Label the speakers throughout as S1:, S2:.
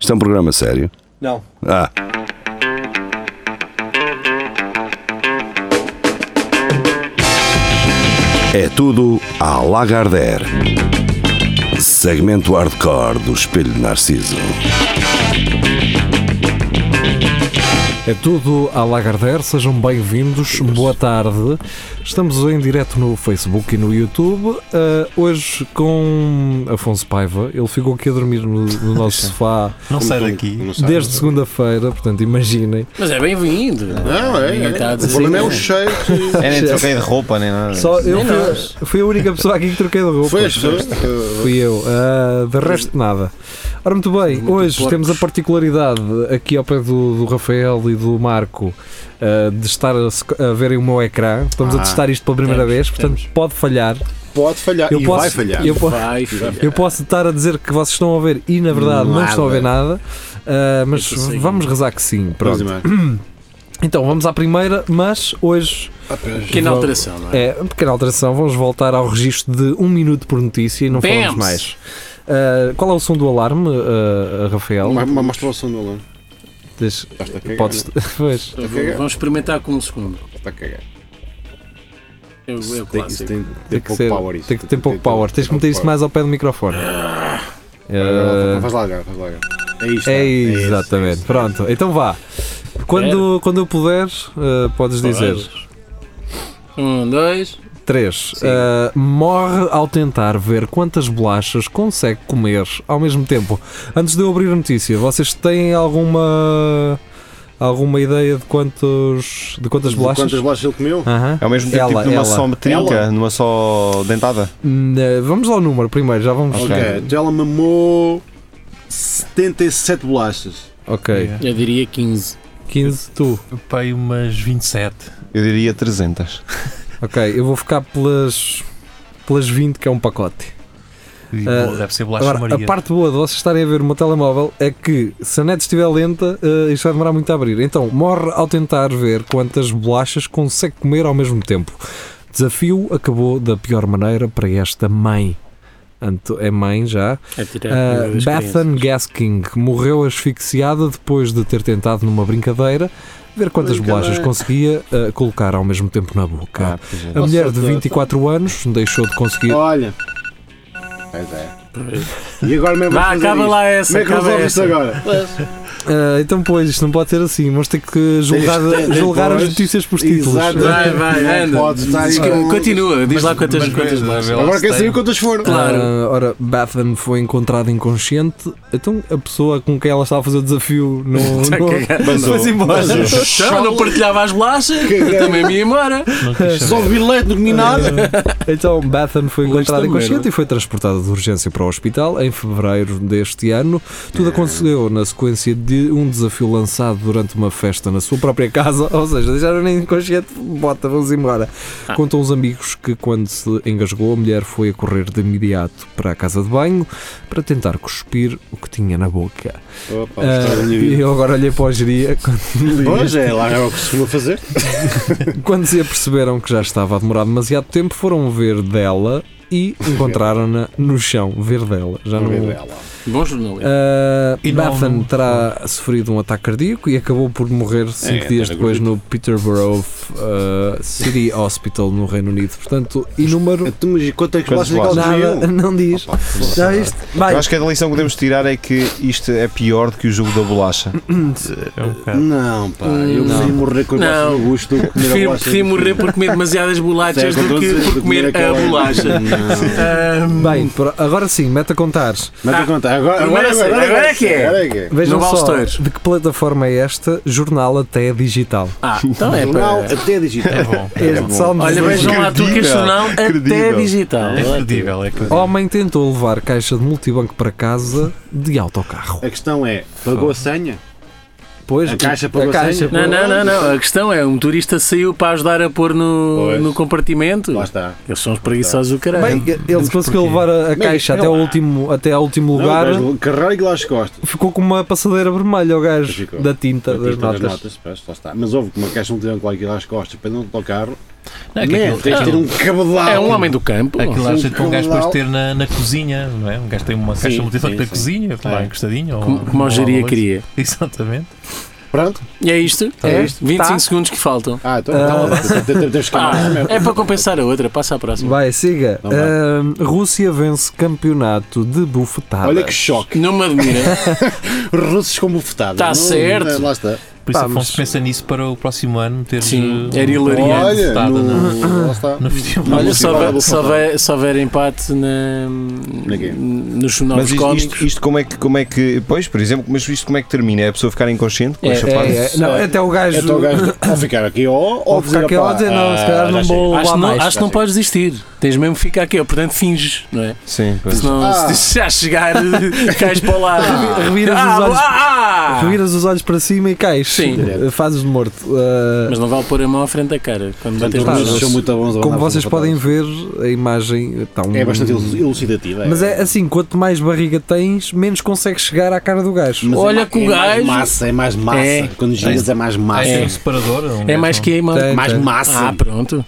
S1: Isto é um programa sério.
S2: Não.
S1: Ah, é tudo à Lagardère. Segmento hardcore do Espelho de Narciso.
S3: É tudo à Lagardère, sejam bem-vindos, boa tarde. Estamos em direto no Facebook e no YouTube. Ah, hoje com Afonso Paiva, ele ficou aqui a dormir no, no nosso sofá
S4: Não sai
S2: Como tu-
S4: daqui.
S2: não sabes.
S3: desde segunda-feira, portanto imaginem.
S5: Mas é bem-vindo.
S6: Não, é.
S5: Ninguém
S6: é.
S5: está a dizer
S6: O problema é
S5: nada.
S6: o cheiro.
S4: É, nem troquei de roupa nem nada.
S3: Só eu
S5: Nem nós.
S3: fui, fui a única pessoa aqui que troquei de roupa.
S6: Foi as pessoas. eh,
S3: Fui eu. Ah, de resto, nada. Ora, muito bem, hoje
S5: porcos.
S3: temos a particularidade aqui ao pé do, do Rafael e do Marco ah, de estar a, se- a verem o meu ecrã. Estamos a
S6: Ah,
S3: testar isto pela primeira
S5: temos,
S3: vez, portanto pode falhar.
S6: Pode falhar.
S3: Eu
S6: e
S3: posso-
S6: vai falhar.
S3: Eu, po-
S5: Vai, filho.
S3: eu posso estar a dizer que vocês estão a ver e na verdade não
S6: Nada.
S3: estão a ver nada, ah, mas
S5: Eu sei.
S3: vamos rezar que sim. Pronto.
S6: Vamos embora.
S3: Então vamos à primeira, mas hoje
S5: Pequena alteração, não é?
S3: É, uma pequena alteração, vamos voltar ao registro de um minuto por notícia e não
S5: Bams!
S3: falamos mais. Ah, qual é o som do alarme, ah, Rafael?
S6: Uma, uma masturbação do Alan.
S3: Deixa-
S6: é? Está a cagar. é?
S3: podes- pois.
S5: Então, vou- Vamos experimentar com um segundo.
S6: Está a cagar.
S5: É o- é o
S6: Isso tem, isso
S5: clássico.
S6: tem,
S3: Tem
S6: tem
S3: que
S6: pouco
S3: ser-
S6: power. Isso.
S3: Tem que ter pouco power. Tens que
S6: pouco
S3: meter isso
S6: power.
S3: mais ao pé do microfone.
S6: Ah,
S3: Ah,
S6: Faz lá, agora, faz lá. agora. É isto.
S3: é
S6: é isso, é
S3: exatamente.
S6: isso.
S3: Pronto, então vá. Quando, quando eu puder, ah, podes dizer.
S5: Um, dois.
S3: 3. Eh, morre ao tentar ver quantas bolachas consegue comer ao mesmo tempo. Antes de eu abrir a notícia, vocês têm alguma alguma ideia de quantos de quantas
S6: De
S3: bolachas?
S6: Quantas bolachas ele comeu?
S3: Aham.
S4: É ao mesmo tempo
S3: Ela,
S4: tipo numa
S3: ela.
S4: só metrinca,
S6: Ela.
S4: numa só dentada.
S3: Hum, eh, Vamos ao número primeiro, já vamos.
S6: Ok, então ela mamou 77 bolachas.
S3: Ok.
S5: Eu diria 15.
S3: 15 tu.
S7: Pai, umas 27.
S4: Eu diria 300.
S3: Ok, eu vou ficar pelas pelas 20 que é um pacote.
S7: E,
S3: Ah,
S7: pô, deve ser bolacha
S3: Agora,
S7: Maria.
S3: a parte boa de vocês estarem a ver o meu telemóvel é que se a net estiver lenta, eh, isto vai demorar muito a abrir. Então, morre ao tentar ver quantas bolachas consegue comer ao mesmo tempo. Desafio acabou da pior maneira para esta mãe. Anto- É mãe já.
S5: É tirar
S3: Uh,
S5: das crianças.
S3: Bethan Gasking morreu asfixiada depois de ter tentado numa brincadeira ver quantas bolachas conseguia eh, colocar ao mesmo tempo na boca.
S4: pois é.
S3: a mulher de
S6: Nossa,
S3: 24 anos deixou de conseguir.
S6: Olha. Pois é. E agora mesmo.
S5: Vá,
S6: fazer
S5: acaba
S6: isto.
S5: lá essa.
S6: Como é que
S5: acaba
S6: resolve isto
S5: essa.
S6: agora?
S3: Ah, então, pois, isto não pode ser assim. Vamos ter que julgar,
S6: Tens- tens-
S3: julgar as
S6: pois.
S3: notícias por títulos.
S6: Exato.
S5: Vai, vai,
S6: Não
S5: anda.
S6: é pode estar aí
S5: Diz que-
S6: com-
S5: Continua, diz lá quantas quantas bolachas.
S6: Agora quer saber quantas foram.
S5: Claro.
S3: Ah, ora, Batman foi encontrada inconsciente. Então, a pessoa com quem ela estava a fazer o desafio não.
S5: Está a
S3: não-
S5: cagar.
S3: Foi-se embora.
S5: Então, é não partilhava as bolachas,
S6: é.
S5: eu também me ia embora.
S7: Não quis
S6: Só
S7: saber.
S6: bilhete, não comi nada.
S3: Então, Batman foi
S5: Leste
S3: encontrada
S5: da
S3: inconsciente
S5: merda.
S3: e foi transportada de urgência para o hospital em fevereiro deste ano. Tudo aconteceu na sequência de um desafio lançado durante uma festa na sua própria casa, ou seja, deixaram nem inconsciente, bota, vamos embora. Contam os amigos que, quando se engasgou, a mulher foi a correr de imediato para a casa de banho para tentar cuspir o que tinha na boca.
S6: Opa,
S3: Ah, e eu agora olhei para a geria
S6: Pois é, lá era o que se costuma fazer.
S3: Quando se aperceberam que já estava a demorar demasiado tempo, foram ver dela e encontraram-na no chão. Ver dela, já não.
S5: Bom jornalista.
S3: Ah,
S7: E não-
S3: Bethan terá sofrido um ataque cardíaco e acabou por morrer cinco
S6: É,
S3: dias
S6: era
S3: depois no Peterborough ah, City Hospital, no Reino Unido. Portanto, e número.
S6: Tu me quanto é que
S4: Quantas
S6: bolachas é que elas
S3: Nada,
S6: comiam?
S3: não diz. Já viste? Vai,
S4: Eu acho que a lição que podemos tirar é que isto é pior do que o jogo da bolacha.
S7: É um bocado.
S6: Não, pá, eu
S5: Não.
S6: prefiro morrer com a bolacha
S5: Não.
S6: no gosto do que comer a
S5: Prefiro,
S6: bolacha
S5: prefiro
S6: no
S5: morrer
S6: fim.
S5: por comer demasiadas bolachas
S6: Certo,
S5: do que
S6: então,
S5: por comer a
S6: aquela-
S5: bolacha.
S6: Não.
S5: Ahm,
S3: bem, por- agora sim, mete a contar.
S6: Mas
S5: Ah,
S6: ah, conta, agora, agora,
S5: agora sei, agora é que é.
S6: Agora é que é.
S3: Vejam
S5: Não vale
S3: só
S5: stories.
S3: de que plataforma é esta, jornal até digital.
S5: ah, então é
S6: Jornal
S5: para...
S6: até digital.
S7: É bom.
S3: Este salmo
S5: Olha,
S3: de-
S5: vejam lá, tu que és jornal até
S4: Credível.
S5: digital.
S7: É credível, é credível.
S3: Homem tentou levar caixa de multibanco para casa de autocarro.
S6: A questão é, pagou a senha?
S3: Pois,
S6: A caixa pagou senha?
S5: Não, não, não, não. A questão é, um turista saiu para ajudar a pôr no,
S6: Pois.
S5: no compartimento.
S6: Lá está.
S5: Eles são os preguiçosos do caralho.
S3: Bem, ele conseguiu levar a, a caixa até ao último, até ao último lugar.
S6: Não, Carrega lá as costas.
S3: Ficou com uma passadeira vermelha o gajo
S6: Ficou.
S3: da tinta
S6: Aqui
S3: das
S6: estão as
S3: notas.
S6: notas, pois, lá está. Mas houve que uma caixa não tiveram lá aqui lá às costas, para não tocar,
S7: Não, é que
S6: Man,
S7: aquilo-
S6: tens de ter um cabedal.
S5: É um homem do campo.
S7: Aquilo
S6: Sim,
S7: acha que um gajo
S6: com
S7: depois
S6: lá-
S7: ter na, na cozinha, não é? Um gajo tem uma caixa
S6: Sim,
S7: multifuncional
S6: sim,
S7: da
S6: sim.
S7: cozinha, lá
S6: É.
S7: encostadinho. ou-
S5: Como, como a
S7: ou
S5: geria
S7: alguma coisa.
S5: queria.
S7: Exatamente.
S6: Pronto.
S5: E é isto?
S6: É
S5: É
S6: isto.
S5: 25
S3: Tá.
S5: segundos que faltam.
S6: Ah, então
S3: Ah.
S6: então, te- te- te- temos que
S5: Ah,
S6: acabar mesmo.
S5: é para compensar a outra, passa à próxima.
S3: Vai, siga.
S6: Não vai.
S3: Ahm, Rússia vence campeonato de bufetadas.
S6: Olha que choque.
S5: Não me admira.
S6: Russos com bufetada.
S5: Tá
S6: Não- É,
S5: certo.
S6: Lá está.
S7: Por isso,
S3: Pá,
S7: Afonso,
S3: mas-
S7: pensa nisso para o próximo ano ter
S5: Sim,
S7: um-
S5: era
S7: um-
S5: hilariante.
S7: uma
S6: Olha,
S7: deputada na-
S5: é?
S6: no, lá está.
S7: no festival.
S5: Olha, se
S6: Sim, vale a
S5: houver, se
S6: pena.
S5: houver- se houver empate na,
S6: quê?
S5: nos
S4: Mas
S5: jornais
S4: isto, isto,
S5: cómicos.
S4: isto como, é que, como é que. Pois, por exemplo, mas isto como é que termina? É a pessoa ficar inconsciente com
S5: É,
S4: as chapadas?
S3: É, é. Não, até o gajo.
S6: É tão gajo ou ficar aqui ou, ou
S3: ficar aqui, ou dizer, não, se calhar
S6: Ah, já
S3: não
S6: chega.
S3: vou-
S5: Acho que não,
S3: mais,
S5: acho que não
S6: já
S5: podes desistir. Tens mesmo que ficar aqui, ó, portanto finges, não é?
S4: Sim, pois.
S5: Senão,
S6: Ah.
S5: se já chegar, cais para o lado.
S3: Reviras os olhos.
S5: ah, ah!
S3: Viras os olhos para cima e cais.
S5: Sim.
S3: Eh, Fazes de morto. Eh,
S5: Mas não vale pôr a mão à frente da cara quando
S6: Portanto,
S5: bateres
S6: os
S3: Pá,
S5: nos
S6: russos são
S5: olhos.
S6: muito bons a
S3: como
S6: mandar
S3: vocês
S6: fazer
S3: podem
S6: batatas.
S3: ver, a imagem está um-
S6: É bastante eluci- elucidativa.
S3: Mas é assim, quanto mais barriga tens, menos consegues chegar à cara do gajo.
S6: Mas é
S5: Olha
S6: ma-
S5: que o
S6: é
S5: gajo-
S6: Mais massa, é mais massa.
S5: É.
S6: Quando giras é mais
S7: Ah,
S6: massa.
S7: tem
S6: É,
S7: um separador. um
S5: É
S7: gajo
S5: mais
S7: não-
S5: que a imagem.
S3: Tem,
S6: mais
S3: tem.
S6: massa.
S5: Ah, pronto.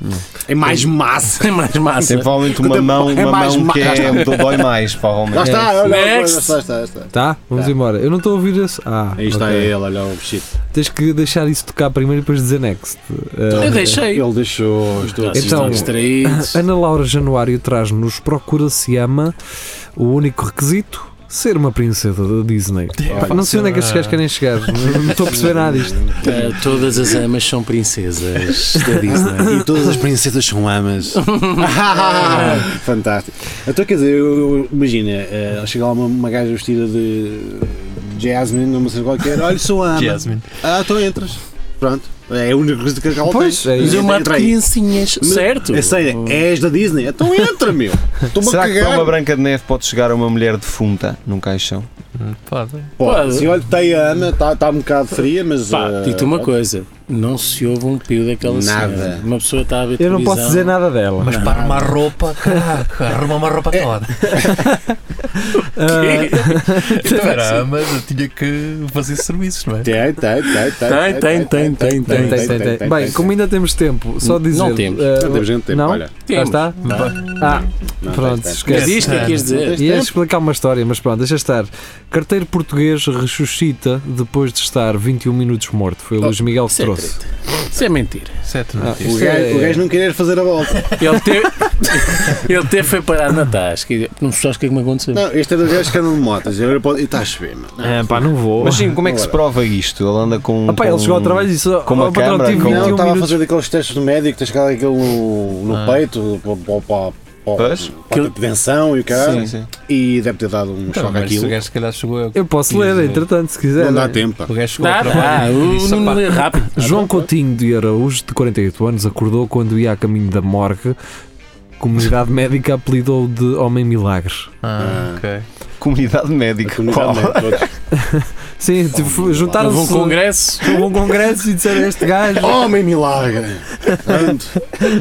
S6: é mais massa.
S5: É mais massa.
S4: Tem provavelmente uma
S6: É
S4: mão, uma
S6: mais
S4: mão que
S6: ma-
S4: é onde dói mais,
S3: É.
S6: Lá
S4: provavelmente.
S6: está, olha, olha,
S5: Next.
S6: lá está, está, está.
S3: Tá? Vamos embora. Eu não estou a ouvir esse. Ah,
S6: Aí está
S3: ok.
S6: ele, olha o bichito.
S3: Tens que deixar isso tocar primeiro e depois dizer next. Eh,
S5: Eu deixei.
S6: Ele deixou. Estou
S5: Vocês
S3: Então,
S5: estão distraídos.
S3: Ana Laura Januário traz-nos Procura-se Ama, o único requisito. Ser uma princesa da Disney. Pá, não sei onde é que estes gajos querem chegar. Não estou a perceber nada disto.
S5: Eh, todas as amas são princesas da Disney.
S6: é? E todas as princesas são amas. Ah, Fantástico. Então, quer dizer, eu, eu- imagina, eh, chega lá uma, uma gaja vestida de Jasmine, não sei qualquer, olha, sou ama.
S7: Jasmine.
S6: Ah, então entras. Pronto. É a única coisa que ela
S3: Pois,
S6: tem.
S3: é
S5: Mas
S3: isso.
S5: eu
S6: Entra
S5: mato
S6: aí.
S5: criancinhas, certo?
S6: É sério, és da Disney. Então entra, meu. Estou-me a
S4: Será que para
S6: cagar.
S4: uma branca de neve pode chegar a uma mulher defunta num caixão?
S7: Hum, Pode.
S6: Pô, se olha, tem a Ana, está tá um bocado fria, mas.
S5: Pá,
S6: eh,
S5: dito uma coisa, não se ouve um pio daquela
S6: Nada.
S5: senhora. Uma pessoa está a ver
S3: Eu não posso dizer
S5: televisão.
S3: nada dela.
S7: Mas para uma roupa, caraca, arruma uma roupa toda.
S3: Ah,
S7: Espera, mas eu tinha que fazer serviços, não é?
S6: Tem, tem, tem,
S5: Tem, tem, tem, tem,
S3: tem, tem, tem. Bem, como ainda temos tempo, só dizer.
S5: Não temos.
S3: ah,
S6: Não temos gente tempo,
S3: não?
S6: olha.
S3: Já
S5: Temos.
S3: está? Ah,
S6: Não,
S3: pronto,
S6: tem, tem.
S5: Mas
S3: esquece.
S5: diz o que é que ias dizer.
S3: Ia explicar uma história, mas pronto, deixa estar. Carteiro português ressuscita depois de estar 21 minutos morto. Foi o Luís Miguel que
S5: Isso é
S3: trouxe.
S5: treta. Isso é mentira.
S7: Certo, não
S3: Ah,
S7: é?
S6: O gajo, o gajo não querer fazer a volta.
S5: Ele teve, ele teve foi parar na tasca. e Não sabes o que é que me aconteceu.
S6: Não, este é do gajo que anda de motas. Ele pode- E está a chover, mano.
S3: É, pá, não vou.
S4: Mas sim, como é que se
S6: Ora.
S4: prova isto? Ele anda com.
S3: Ah, pá, ele
S4: com-
S3: chegou ao trabalho e disse:
S4: com uma
S3: "Oh, patrão,
S4: câmara,
S3: tive
S4: com-
S3: 21
S6: Não, estava a
S3: minutos.
S6: fazer aqueles testes do médico, tens que dar aquilo no, no
S7: Ah.
S6: peito, para para- para-
S4: Pois?
S6: para a tensão e o caralho.
S4: Sim, sim.
S6: E deve ter dado um
S7: Então,
S6: choque
S7: mas
S6: àquilo.
S7: o gajo se calhar chegou a-
S3: Eu posso ler, entretanto, se quiser.
S6: Não
S3: né?
S6: dá tempo. pá.
S7: O gajo chegou
S5: Dá,
S7: ao
S5: dá,
S7: trabalho e
S5: o
S7: disse, "Opá,
S5: número é rápido.
S3: João Coutinho de Araújo, de 48 anos, acordou quando ia a caminho da morgue. Comunidade médica apelidou de Homem Milagre.
S7: Ah, ok.
S4: Comunidade
S6: A
S4: médica.
S6: comunidade
S4: Qual?
S6: médica, todos.
S3: Sim, tipo,
S6: Milagre.
S5: Houve
S3: juntaram-se.
S5: um congresso.
S3: houve um congresso e disseram este gajo.
S6: Homem milagre! Pronto.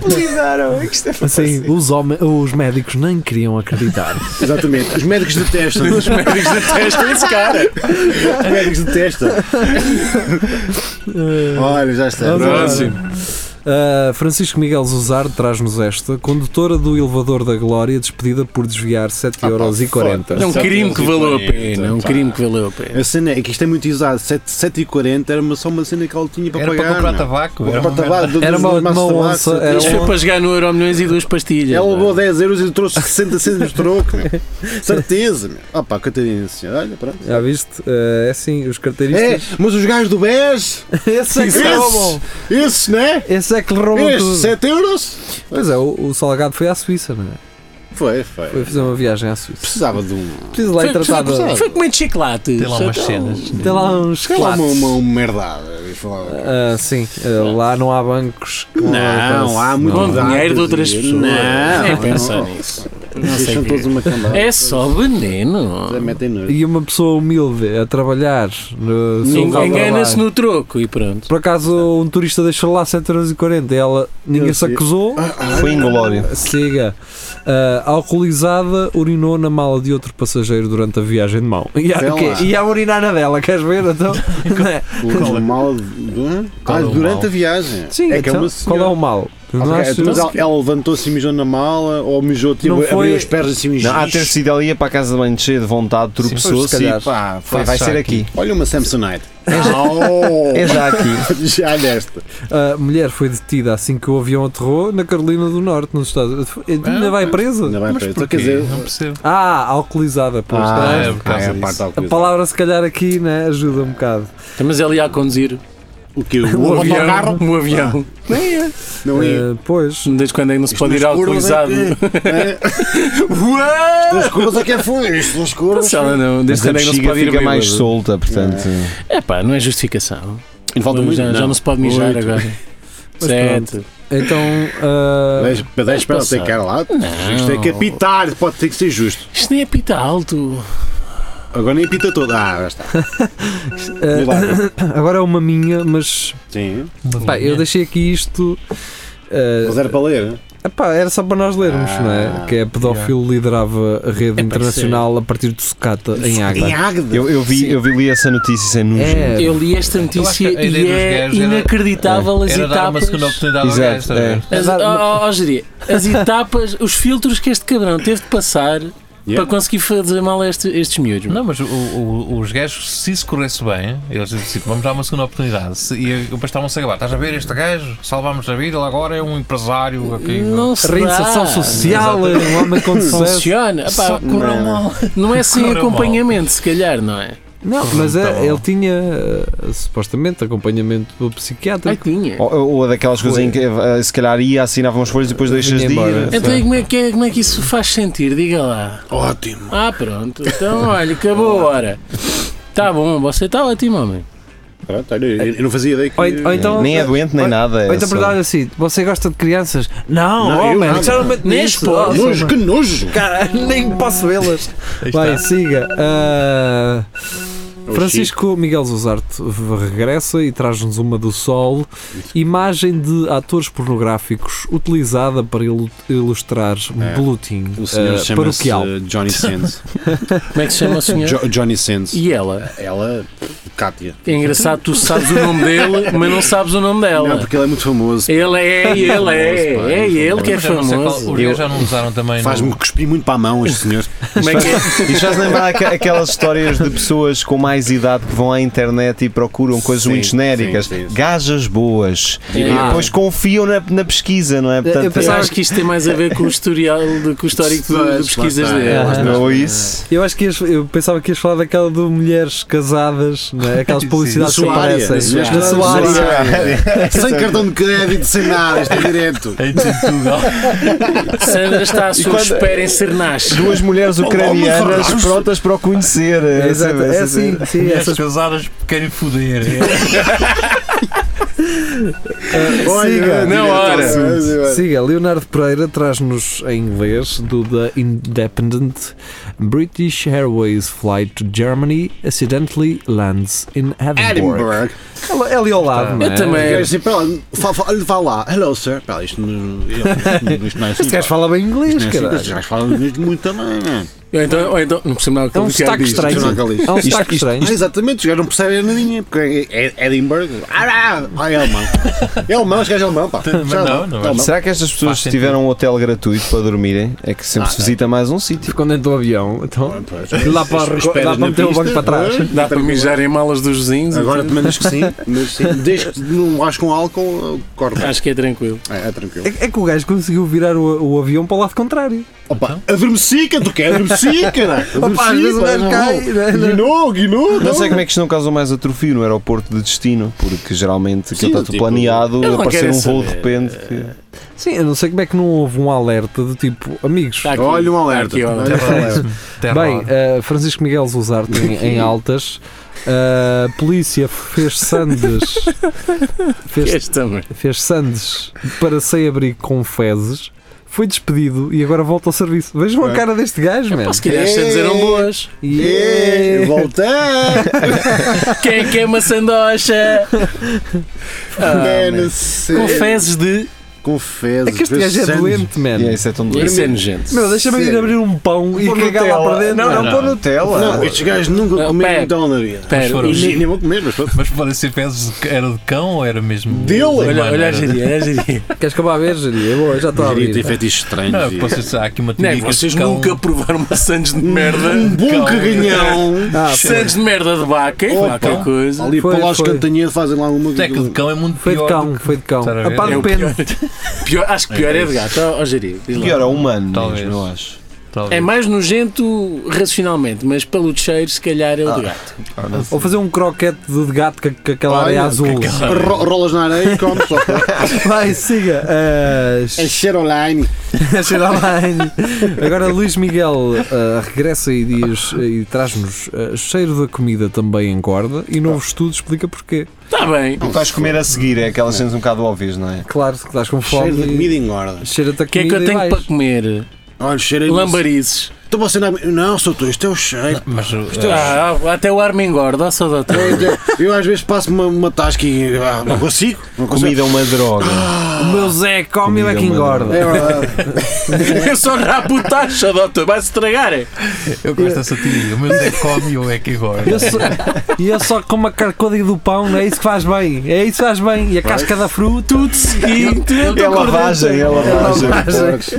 S4: Apelidaram, é que isto é
S3: Assim,
S4: fantástico.
S3: os, homen- os médicos nem queriam acreditar.
S6: Exatamente. Os médicos detestam. Os
S5: Médicos detestam esse cara.
S6: médicos detestam. Olha, já está.
S3: Vamos
S6: Pronto.
S5: Próximo.
S3: Uh, Francisco Miguel Zuzar traz-nos esta. Condutora do elevador da Glória, despedida por desviar 7,40€.
S5: É um
S6: Só
S5: crime
S6: Deus
S5: que
S6: e
S5: valeu a
S6: planeta,
S5: pena. É um
S6: pá.
S5: crime que valeu a pena.
S6: A cena é que isto é muito usado. 7, 7,40 era uma, só uma cena que ele tinha para
S7: Era
S6: pagar.
S7: para comprar
S6: não. é?
S7: tabaco.
S6: Para
S7: Era uma
S6: tabaco,
S7: merda.
S6: do-
S3: Era
S6: dos-
S3: uma-
S6: dos maços
S3: uma
S6: de tabaco,
S3: onça,
S6: só
S3: era
S5: Isto
S6: tinha-
S5: foi para jogar no Euro Milhões e duas pastilhas. é?
S6: Ela
S5: pá.
S6: levou 10 euros e trouxe 60 cêntimos de troco, meu. Certeza, meu. Ah pá, coitadinho assim. Olha, pronto.
S3: Já viste? Uh, é assim, os
S6: É,
S3: carteiristas.
S6: mas os gajos do BES,
S3: Esse é que roubam!
S6: esses, esses, né?
S3: Esse é que roubam
S6: Estes,
S3: tudo.
S6: 7 euros?
S3: Pois é, o, o Salgado foi à Suíça, não é?
S6: Foi, foi.
S3: Foi fazer uma viagem à Suíça.
S6: Precisava de um.
S3: Preciso lá
S5: Foi-
S3: e tratar de.
S5: foi- Foi comer Então, de chocolate.
S7: Tem lá umas cenas.
S3: Tem lá uns
S6: Sei lá, uma,
S3: chocolates.
S6: uma, uma merdada. eu falava.
S3: Ah, sim, ah, lá não há bancos. com-
S6: Não,
S3: assim.
S6: há muito
S5: Com
S6: dados
S5: dinheiro de outras
S6: e-
S5: pessoas.
S6: Não,
S5: Nem pensar
S6: não.
S5: nisso. Não sei
S6: Deixam
S5: o quê.
S6: todos é uma cambada.
S5: É só
S6: Até
S5: veneno.
S6: metem nojo.
S3: E uma pessoa humilde a trabalhar no seu
S5: Eng-
S3: local de
S5: Engana-se
S3: trabalho.
S5: no troco e pronto.
S3: Por acaso um turista deixou lá 7,40€ e ela, ninguém
S6: Eu
S3: se
S6: sei. Ah.
S3: acusou,
S4: Foi em Glória.
S3: siga. Ah, alcoolizada, urinou na mala de outro passageiro durante a viagem de mão. E a,
S6: Sei lá.
S3: que, e a urinar na dela, queres ver? Então,
S6: O mal de- Ah,
S7: Qual é o
S6: durante
S7: mal?
S6: a viagem.
S3: sim,
S6: é que é
S3: então,
S6: uma
S3: qual é
S6: senhora.
S3: o mal? Não
S6: Ok, então
S3: acho-
S6: mas ela, ela levantou-se e mijou na mala ou mijou, tipo,
S3: Não foi-
S6: abriu as pernas e mijou.
S4: Não, há de ter sido ali a para a casa de banho cheia de vontade, tropeçou-se
S3: pois, se
S4: e
S3: calhar.
S4: pá, foi, vai
S7: já
S4: ser
S7: aqui.
S4: aqui.
S6: Olha uma Samsonite. Oh,
S4: É já aqui.
S6: já desta.
S3: A Ah, mulher foi detida assim que o avião aterrou na Carolina do Norte, nos Estados Unidos. Ainda vai
S6: Ah, Ainda
S3: presa?
S6: bem
S7: Mas
S6: para isso.
S7: porquê?
S6: Quer dizer,
S7: Não percebo.
S3: Ah, alcoolizada, pois.
S6: Ah,
S3: tá?
S7: é por causa
S6: ah,
S7: disso.
S6: parte
S3: A
S6: alcoolizada.
S3: palavra, se calhar, aqui né, ajuda um bocado.
S5: Então, Mas ele ia a conduzir
S6: O que? O,
S5: o avião.
S6: autocarro?
S5: O avião.
S6: Não é?
S3: Eh, pois.
S5: Desde quando é que não se pode ir alcoolizado? Uau!
S6: As curvas é que é fundo, isto nas curvas.
S5: Sei lá, não,
S4: Mas
S5: Desde
S4: a
S5: quando é que não se
S4: bexiga
S5: pode ir
S4: fica mais
S5: bêbado?
S4: solta, portanto.
S5: É pá, não é justificação.
S6: E falta muito.
S5: já, já não se pode mijar
S6: Oito.
S5: agora.
S3: Mas
S5: Sete.
S3: Então, ah,
S6: Dez- Para 10 para
S5: passar.
S6: ter cara lá, isto é que apitar, pode ter que ser justo.
S5: Isto nem é pita alto.
S6: Agora nem apita todo. Ah, já está.
S3: ah,
S6: Milagre.
S3: agora é uma minha, mas
S6: Sim.
S3: pá, eu deixei aqui isto. ah,
S6: Mas era para ler.
S3: Epá, era só para nós lermos,
S6: Ah,
S3: não é? Que a pedófilo liderava a rede internacional a partir de sucata em
S6: Em
S3: Águeda.
S6: Águeda.
S4: Eu, eu vi, eu vi li essa notícia sem nojo.
S3: É,
S5: Eu li esta notícia
S7: acho que a
S5: e
S7: ideia dos
S5: é
S7: gajos era- é.
S5: inacreditável as
S7: Era dar uma
S5: etapas.
S7: segunda oportunidade ao
S4: Exato,
S7: gajo, estás a ver?
S5: As,
S3: Exato.
S5: ó, ó, Jeria, as etapas, os filtros que este cabrão teve de passar para
S6: Yeah.
S5: conseguir fazer mal a este- estes miúdos.
S7: Não, mas o- o- os gajos, se isso corresse bem, eles dizem assim: vamos dar uma segunda oportunidade. Se- e depois estavam-se a gabar. Estás a ver este gajo? Salvámos a vida, ele agora é um empresário aqui.
S5: Não se
S3: Reinserção
S5: dá.
S3: social, um homem com sucesso.
S5: Funciona. Epá,
S7: Só correu mal.
S5: não é sem
S7: Correu mal.
S5: acompanhamento, se calhar, não é?
S3: Não, mas
S7: Tá
S3: é-
S7: bom.
S3: ele tinha ah, supostamente acompanhamento
S5: Ai,
S3: psiquiátrico.
S5: tinha.
S4: Ou, ou daquelas coisas em que eh, se calhar ia, assinava umas folhas e depois deixas de
S3: embora.
S4: ir.
S5: Então, e como é, que é- como é que isso faz sentir? Diga lá.
S6: Ótimo.
S5: Ah, pronto. Então, olha, acabou a hora. Tá bom, você está ótimo, homem.
S6: Pronto, olha, eu eu não fazia ideia que.
S3: Ou, ou então,
S4: Nem é doente nem
S3: Ou-
S4: nada. é
S3: ou então
S4: só-
S3: perguntaram assim: você gosta de crianças? Não,
S6: Não, eu
S3: homem,
S6: nada.
S3: já não mete
S5: Nem
S3: nisso.
S5: expor.
S3: Nossa,
S6: Nojo, que
S3: mano.
S6: nojo!
S3: Cara, nem posso vê-las. Vai, siga. Ah,
S6: É o
S3: Francisco Miguel Zuzarte regressa e traz-nos uma do Sol, imagem de atores pornográficos utilizada para ilu- ilustrar
S6: É.
S3: Blutin
S6: O senhor
S3: eh,
S6: chama-se
S3: paroquial.
S6: eh, Johnny Sands.
S5: Como é que se chama o senhor?
S6: Jo- Johnny Sands.
S5: E ela?
S6: Ela, Kátia.
S5: É engraçado, tu sabes o nome dele, mas não sabes o nome dela.
S6: Não, porque ele é muito famoso.
S5: Ele é, ele é, é ele que é
S7: Mas já não sei qual-
S5: famoso.
S7: Os gajos já não usaram
S3: É.
S7: também. no-
S6: Faz-me cuspir muito para a mão este senhor.
S5: Como é que é?
S4: Isto faz lembrar aqua- aquelas histórias de pessoas com mais idade que vão à internet e procuram coisas
S6: Sim,
S4: muito genéricas,
S6: sim, sim, sim.
S4: gajas boas, e
S5: Ah.
S4: depois confiam na, na pesquisa, não é?
S3: eu
S5: Eu
S3: pensava-
S5: acho que isto tem mais a ver com o historial, de- com o histórico de, de pesquisas
S6: Lá está,
S5: dele.
S6: lá está.
S4: não é isso?
S3: Eu acho que ias- eu pensava que ias falar daquela de mulheres casadas, né? aquelas
S7: Sim,
S3: publicidades
S6: da
S3: que
S6: sua área,
S3: aparecem.
S6: das mulheres
S3: Da sua
S6: casadas.
S3: área.
S6: sem cartão de crédito, sem nada, isto é direto.
S7: Em Portugal.
S6: é.
S5: Sandra está à
S4: E
S5: sua
S4: quando-
S5: espera em Cernache.
S4: Duas mulheres ucranianas prontas para o conhecer.
S3: É, Exato, é assim, sim,
S7: Mulheres
S3: essas.
S7: casadas querem foder.
S3: Siga.
S4: na hora.
S3: Siga, Leonardo Pereira traz-nos em inglês do The Independent British Airways flight to Germany accidentally lands in Edinburgh.
S6: Edinburgh.
S3: É, é ali ao lado, não é?
S5: Eu também.
S6: É assim, para lá, fa- fa- olha, vá lá. Hello, sir. Pá, isto não isto não é assim.
S3: Este gajo
S6: pá.
S3: fala bem inglês,
S6: Isto não é assim,
S3: caralho.
S6: Estes gajos falam muito, muito também, não é?
S5: Ou então, ou então, não percebo nada o que
S3: É um
S5: ele quer
S3: destaque
S5: dizer.
S3: estranho.
S6: Isto não é o que ele diz.
S3: É um
S6: Isto-
S3: destaque
S6: isto-
S3: estranho.
S6: Ah, exatamente, os gajos não percebem nadinha, porque é é Edinburgh. Ah, ah, ah, é alemão. É alemão, este gajo é alemão, pá.
S7: Mas
S6: Já
S7: não, não é.
S6: é alemão.
S4: Será que estas pessoas
S7: Faz sentido.
S4: tiveram um hotel gratuito para dormirem? É que sempre
S6: Ah,
S4: se visita mais um sítio.
S3: Ficam dentro do avião, então.
S6: Pois.
S3: Dá para,
S6: Esperas
S3: dá para
S6: na
S3: meter o banco
S6: pista,
S3: para trás.
S6: pois.
S5: Dá para mijar em malas dos vizinhos.
S6: então, Agora te mandas que sim, mas sim. Desde que não vais com álcool, corre.
S5: Acho que é tranquilo.
S6: É, é tranquilo.
S3: É, é que o gajo conseguiu virar o, o avião para o lado contrário.
S6: Opa, adormeci, que tu quer adormeci, cara.
S3: Opa, às vezes o gajo cai, né?
S6: é? Guinou, guinou.
S4: Não sei como é que isto não causou mais atrofio no aeroporto de destino, porque geralmente aquilo
S6: Sim,
S4: está tudo
S6: tipo,
S4: planeado,
S5: eles não
S4: aparecer um
S5: querem
S4: voo de
S5: saber.
S4: repente. que-
S3: Sim, eu não sei como é que não houve um alerta do tipo, amigos.
S5: Está tá aqui,
S6: Olha um
S5: está
S6: alerta.
S5: aqui, olha.
S7: É
S3: Bem, eh, Francisco Miguel Zuzarte em, em altas. A polícia fez sandes. fez,
S5: Este também.
S3: fez sandes para sem abrigo com fezes. Foi despedido e agora volta ao serviço. Vejam
S4: É.
S3: a cara deste gajo, man. é
S5: Pá, Se calhar as sandes eram boas.
S4: É,
S6: Ê, Voltei!
S5: Quem é que é uma sandocha? É. Ah,
S6: É,
S5: man.
S6: não sei.
S5: Com fezes de
S6: confesso.
S3: É que este gajo é doente, man.
S4: E isso é tão doido.
S5: Isso é nojento.
S3: Meu, deixa-me ir
S6: Sério?
S3: abrir um pão e
S4: E
S3: cagar lá para
S4: Nutella?
S3: dentro. é.
S4: Não,
S7: Não,
S4: não, pôr
S7: não.
S4: Nutella.
S6: Não, estes gajos nunca
S5: Não,
S6: comeram
S5: pera.
S6: então na vida.
S5: Espera,
S7: foram
S6: E
S5: os-
S6: nem, nem vou comer, mas pronto.
S7: Mas podem ser fezes de- era de cão ou era mesmo.
S6: Dele?
S5: Olha,
S7: humano?
S5: olha a
S7: Era-
S5: geria, olha a geria.
S3: Queres acabar a ver, Jari? É boa, já estou a
S6: Diria
S3: abrir.
S6: ter fetiches estranhos.
S3: Ah,
S7: Não,
S6: e-
S7: vocês, há aqui uma
S5: Não, é
S7: teoria
S5: que
S7: que este
S5: vocês Hum,
S7: cão-
S5: nunca provaram uma Sandes de merda.
S6: Um bom
S7: Cão.
S6: caganhão.
S3: Ah,
S5: Sandes de merda de vaca, é
S6: Opa.
S5: qualquer coisa.
S6: Ali
S3: Foi,
S6: para lá os
S3: foi.
S6: cantanheiros fazem lá uma.
S7: Até que de cão é muito
S3: foi de
S7: pior do
S3: cão,
S7: que-
S3: foi de cão.
S7: Estás a ver?
S3: Ah, pá,
S5: É o
S3: depende.
S5: Pior, acho que pior é de gato, ó, ó geria. diz lá.
S4: Pior é humano,
S7: Talvez.
S4: mesmo, eu acho.
S7: Talvez.
S5: É mais nojento racionalmente, mas pelo cheiro, se calhar é o de gato.
S3: Ou fazer um croquete de gato com, com aquela
S6: Olha,
S3: areia azul.
S6: Ro- rolas na areia e comes. só para-
S3: Vai, siga. Ah,
S6: É Cheroline.
S3: Cheira bem. Agora Luís Miguel ah, regressa e diz eh, e traz-nos ah, cheiro da comida também engorda e novo estudo explica porquê.
S5: Está Tá bem.
S4: O que vais comer a seguir é aquelas cenas um bocado óbvias, não é?
S3: Claro que estás com fome.
S6: Cheiro de
S3: e-
S6: comida engorda.
S3: Cheira-te a
S5: O que é que
S3: comida
S5: eu
S3: e
S5: tenho
S3: vais.
S5: para comer?
S6: Olha, cheiro é
S5: Lambarizes.
S6: Então você não. Não, sou tu, isto é o cheiro.
S7: Mas uh,
S5: Ah, até o ar me engorda, ó saudade.
S6: Eu às vezes passo uma, uma tasca e ah, não consigo. Não consigo.
S4: Comida é uma droga.
S3: O meu Zé come
S4: Comida
S3: é que
S4: é uma
S3: engorda.
S6: É verdade.
S5: Eu só rapo taxa, doutor, vai-se estragar. é?
S7: eu gosto dessa teoria. O meu é que come ou é que agora.
S3: Eu só- E eu só como a carcódia do pão, é isso que faz bem. É isso que faz bem. E a casca da fruta, tudo seguido. tudo
S4: É
S6: Então,
S3: por dentro.
S4: lavagem, é lavagem.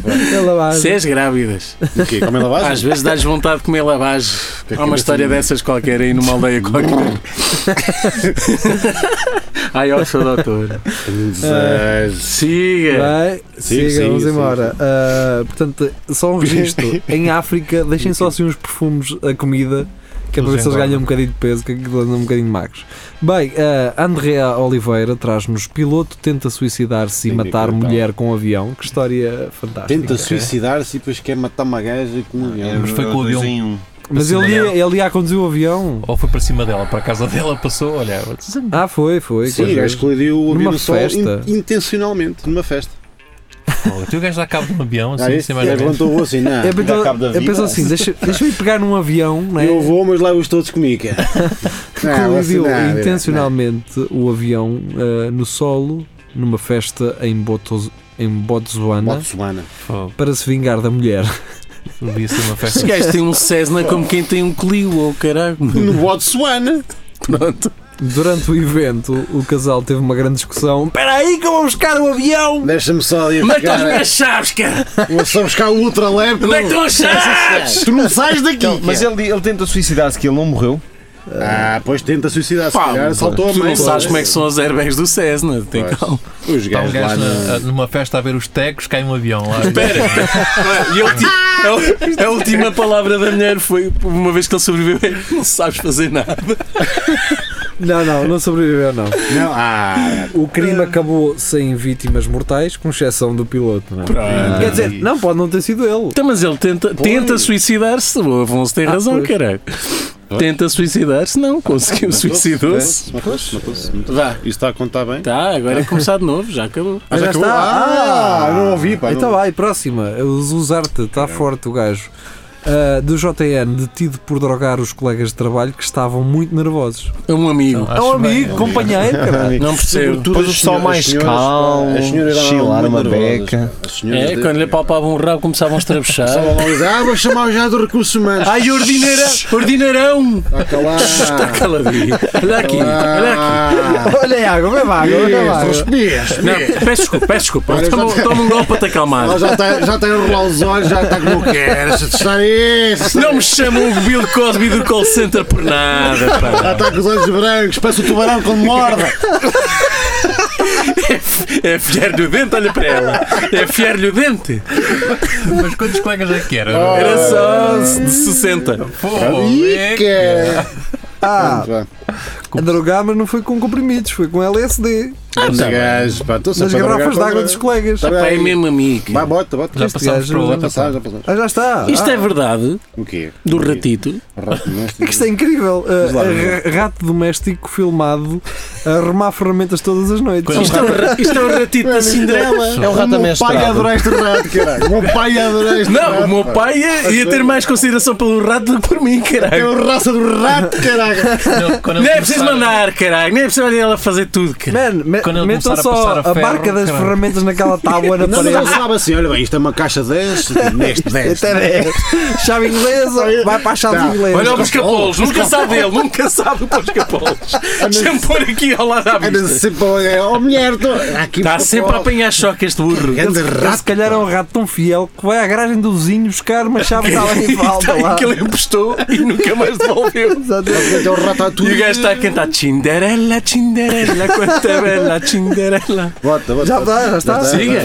S3: É
S5: Se
S3: lavagem.
S5: és grávidas,
S6: O quê? Comem lavagem?
S5: às vezes dás vontade de comer lavagem. Há uma história dessas qualquer aí numa aldeia qualquer. Ai, ó, sou doutor.
S6: Desejo. É.
S5: Siga.
S3: Vai,
S6: Siga,
S3: siga, vamos
S6: siga,
S3: é? embora. Ah, portanto, só um registro. em África, deixem só assim uns perfumes a comida, que é para ver se eles ganham um bocadinho de peso, que aquilo andam um bocadinho magros. Bem, ah, Andrea Oliveira traz-nos: piloto tenta suicidar-se e
S6: Tem que
S3: matar
S6: acreditar.
S3: mulher com um avião. Que história fantástica.
S6: Tenta suicidar-se e depois quer matar uma gaja com um
S4: é
S6: avião.
S7: Mas foi com o
S4: Dois
S7: avião.
S4: em um.
S3: Mas ele ia, ele ia a conduzir o avião.
S7: Ou foi para cima dela, para a casa dela, passou, olha.
S3: Ah, foi, foi.
S6: Sim,
S3: quer
S6: o gajo
S3: dizer.
S6: colidiu o
S3: Numa
S6: avião só
S3: festa.
S6: in- intencionalmente, numa festa.
S7: O teu gajo dá cabo de um avião,
S6: Ah,
S7: assim,
S6: esse
S7: sem mais nada.
S6: levantou o assim, não.
S3: É, então,
S4: cabo da
S3: eu
S4: vida.
S3: penso assim, deixa- deixa-me ir pegar num avião, né?
S6: Eu vou, mas levo-os todos comigo. cara. Não,
S3: colidiu
S6: você não,
S3: intencionalmente o avião ah, no solo numa festa em, Botos, em Botsuana
S6: Botsuana.
S7: Fogo.
S3: para se vingar da mulher.
S7: Devia ser uma
S5: Este
S7: festa.
S5: gajo tem um Cessna como quem tem um Clio, ou caralho.
S6: No Botsuana.
S5: Pronto.
S3: Durante o evento, o casal teve uma grande discussão. Espera aí que eu vou buscar o avião!
S6: Deixa-me só ali a
S5: Onde é que estão
S6: buscar.
S5: as minhas chaves, cara?
S6: Vou só buscar o Ultra Lab.
S5: Onde é que estão as chaves?
S6: Tu não sais daqui.
S4: Então, Mas é?
S6: cara.
S4: ele, ele tenta suicidar-se, que ele não morreu.
S6: Ah, pois tenta suicidar. Se
S5: Pá,
S6: calhar saltou a
S5: Tu
S6: mãe.
S5: não sabes como é que são as airbags do Cessna, tem
S6: Pois.
S5: calma.
S6: Os
S7: Está um
S6: gajos lá
S7: gajo na-
S6: na...
S7: a- numa festa a ver os tecos, cai um avião lá.
S5: Espera, é? e a, Ah! ulti- a última palavra da mulher foi, uma vez que ele sobreviveu, é, não sabes fazer nada.
S3: Não, não, não sobreviveu, não. eh,
S6: Não, ah,
S3: O crime acabou sem vítimas mortais, com exceção do piloto, não é?
S5: Pronto.
S3: Quer dizer, não, pode não ter sido ele.
S5: Então, mas ele tenta, tenta suicidar-se, o Afonso tem
S3: Ah,
S5: razão,
S3: pois.
S5: caralho. Tenta suicidar-se, não, conseguiu, suicidou-se.
S6: matou-se, matou-se.
S5: Vá,
S6: Isso está a contar bem?
S5: tá, agora é começar de novo, já acabou.
S6: Ah, já
S3: já
S6: acabou?
S3: está.
S6: Ah, não ouvi, É. pá.
S3: Então
S6: não...
S3: vai, próxima. Os Usarte, está forte o gajo. Ah, do JN, detido por drogar os colegas de trabalho que estavam muito nervosos.
S5: É um amigo.
S3: É um amigo, companheiro, caralho.
S5: Não percebo.
S4: Depois o
S6: as
S4: sol
S6: senhoras-
S4: mais
S6: as senhoras, pá,
S4: calmo,
S6: as senhoras eram
S4: chilar
S6: muito
S4: uma
S6: nervosas.
S4: beca.
S6: As senhoras
S5: É,
S6: de-
S5: quando lhe palpavam um rabo começavam a estrabuchar.
S6: Estavam lá a dizer, Ah, vou chamar já do recurso humano.
S5: Ai, ordineira, ordinarão!
S6: Está calado. Está
S5: Caladinho. Olha aqui,
S6: Ah,
S5: olha aqui.
S3: Olha aí, água, bebe água, bebe
S6: Isso,
S3: água.
S6: respira,
S5: Não,
S6: respira.
S5: peço desculpa, peço desculpa.
S6: Olha,
S5: Toma,
S6: já-
S5: toma um golpe para te acalmar.
S6: Ela já está, já está a enrolar os olhos, já está como é? queres. Está isso.
S5: Não me chamam o Bill Cosby do call center por nada,
S6: Já
S5: pá.
S6: está com os olhos brancos, parece o tubarão quando morde.
S5: É fiar-lhe o dente, olha para ela. É fiar-lhe o dente.
S7: Mas quantos colegas é que era?
S6: Oh,
S5: Era só de 60.
S7: Fogo, é
S6: Ih,
S7: que-
S6: cara.
S3: Ah,
S6: Pronto, vá.
S3: a drogar, mas não foi com comprimidos, foi com LSD.
S6: Esse gajo, pá, estou
S3: Nas
S6: sempre a drogar
S3: garrafas de
S6: contra-
S3: água dos colegas.
S6: Tá bem.
S5: Pá, é mesmo amigo.
S6: Vai, bota, bota.
S7: Já
S3: Este
S7: passámos
S3: gajo
S7: para o
S3: não
S6: Já
S7: outro.
S6: passaram, já passaram.
S3: Ah, já está.
S5: Isto
S3: ah,
S5: é verdade,
S6: O quê?
S5: do
S6: O quê?
S5: ratito.
S6: Rato, não é?
S3: é que isto é incrível. Ah, ra- rato doméstico filmado a remar ferramentas todas as noites.
S5: Isto é o ra- isto é o ratito da Cinderela.
S4: É um rato
S6: O meu pai
S4: amestrado.
S6: adora este rato, caralho. O meu pai adora este rato.
S5: Não, o meu
S6: pá.
S5: pai é, ia, ia ter mais consideração pelo rato do que por mim,
S6: É
S5: caralho.
S6: a raça do rato, caralho.
S7: Não, quando
S5: Não
S7: eles
S5: é preciso
S7: começaram-
S5: mandar, caralho. Nem é preciso mandar ela fazer tudo, caralho.
S3: Man, man,
S7: quando ele
S3: Metam
S7: começar a
S3: só
S7: passar
S3: a,
S7: a ferro.
S3: marca das
S7: caralho.
S3: ferramentas naquela tábua na
S6: Não, mas ele
S3: parede.
S6: sabe assim, olha bem, isto é uma caixa 10, neste 10.
S3: Até 10. Chave inglesa, vai para a chave
S6: Tá.
S3: inglesa.
S5: Olha o Buscapolos, nunca sabe ele, nunca sabe o é Buscapolos. Sempre pôr aqui ao lado à
S6: Era
S5: vista.
S6: sempre, oh mulher, tô, aqui
S5: Está sempre a apanhar choque este burro.
S6: Grande
S3: Ele, se
S6: rato.
S3: calhar é um rato tão fiel que vai à garagem do vizinho buscar uma chave que está lá em
S5: Está
S3: falta.
S6: Então,
S5: aí
S3: lá.
S5: que
S6: é-
S5: ele emprestou e nunca mais devolveu.
S6: Até o
S5: E o
S6: ratatouille.
S5: gajo tá- está a cantar Cinderela, Cinderela, quanta bela Cinderela.
S6: Bota, bota.
S3: Já está, já está.
S5: Siga.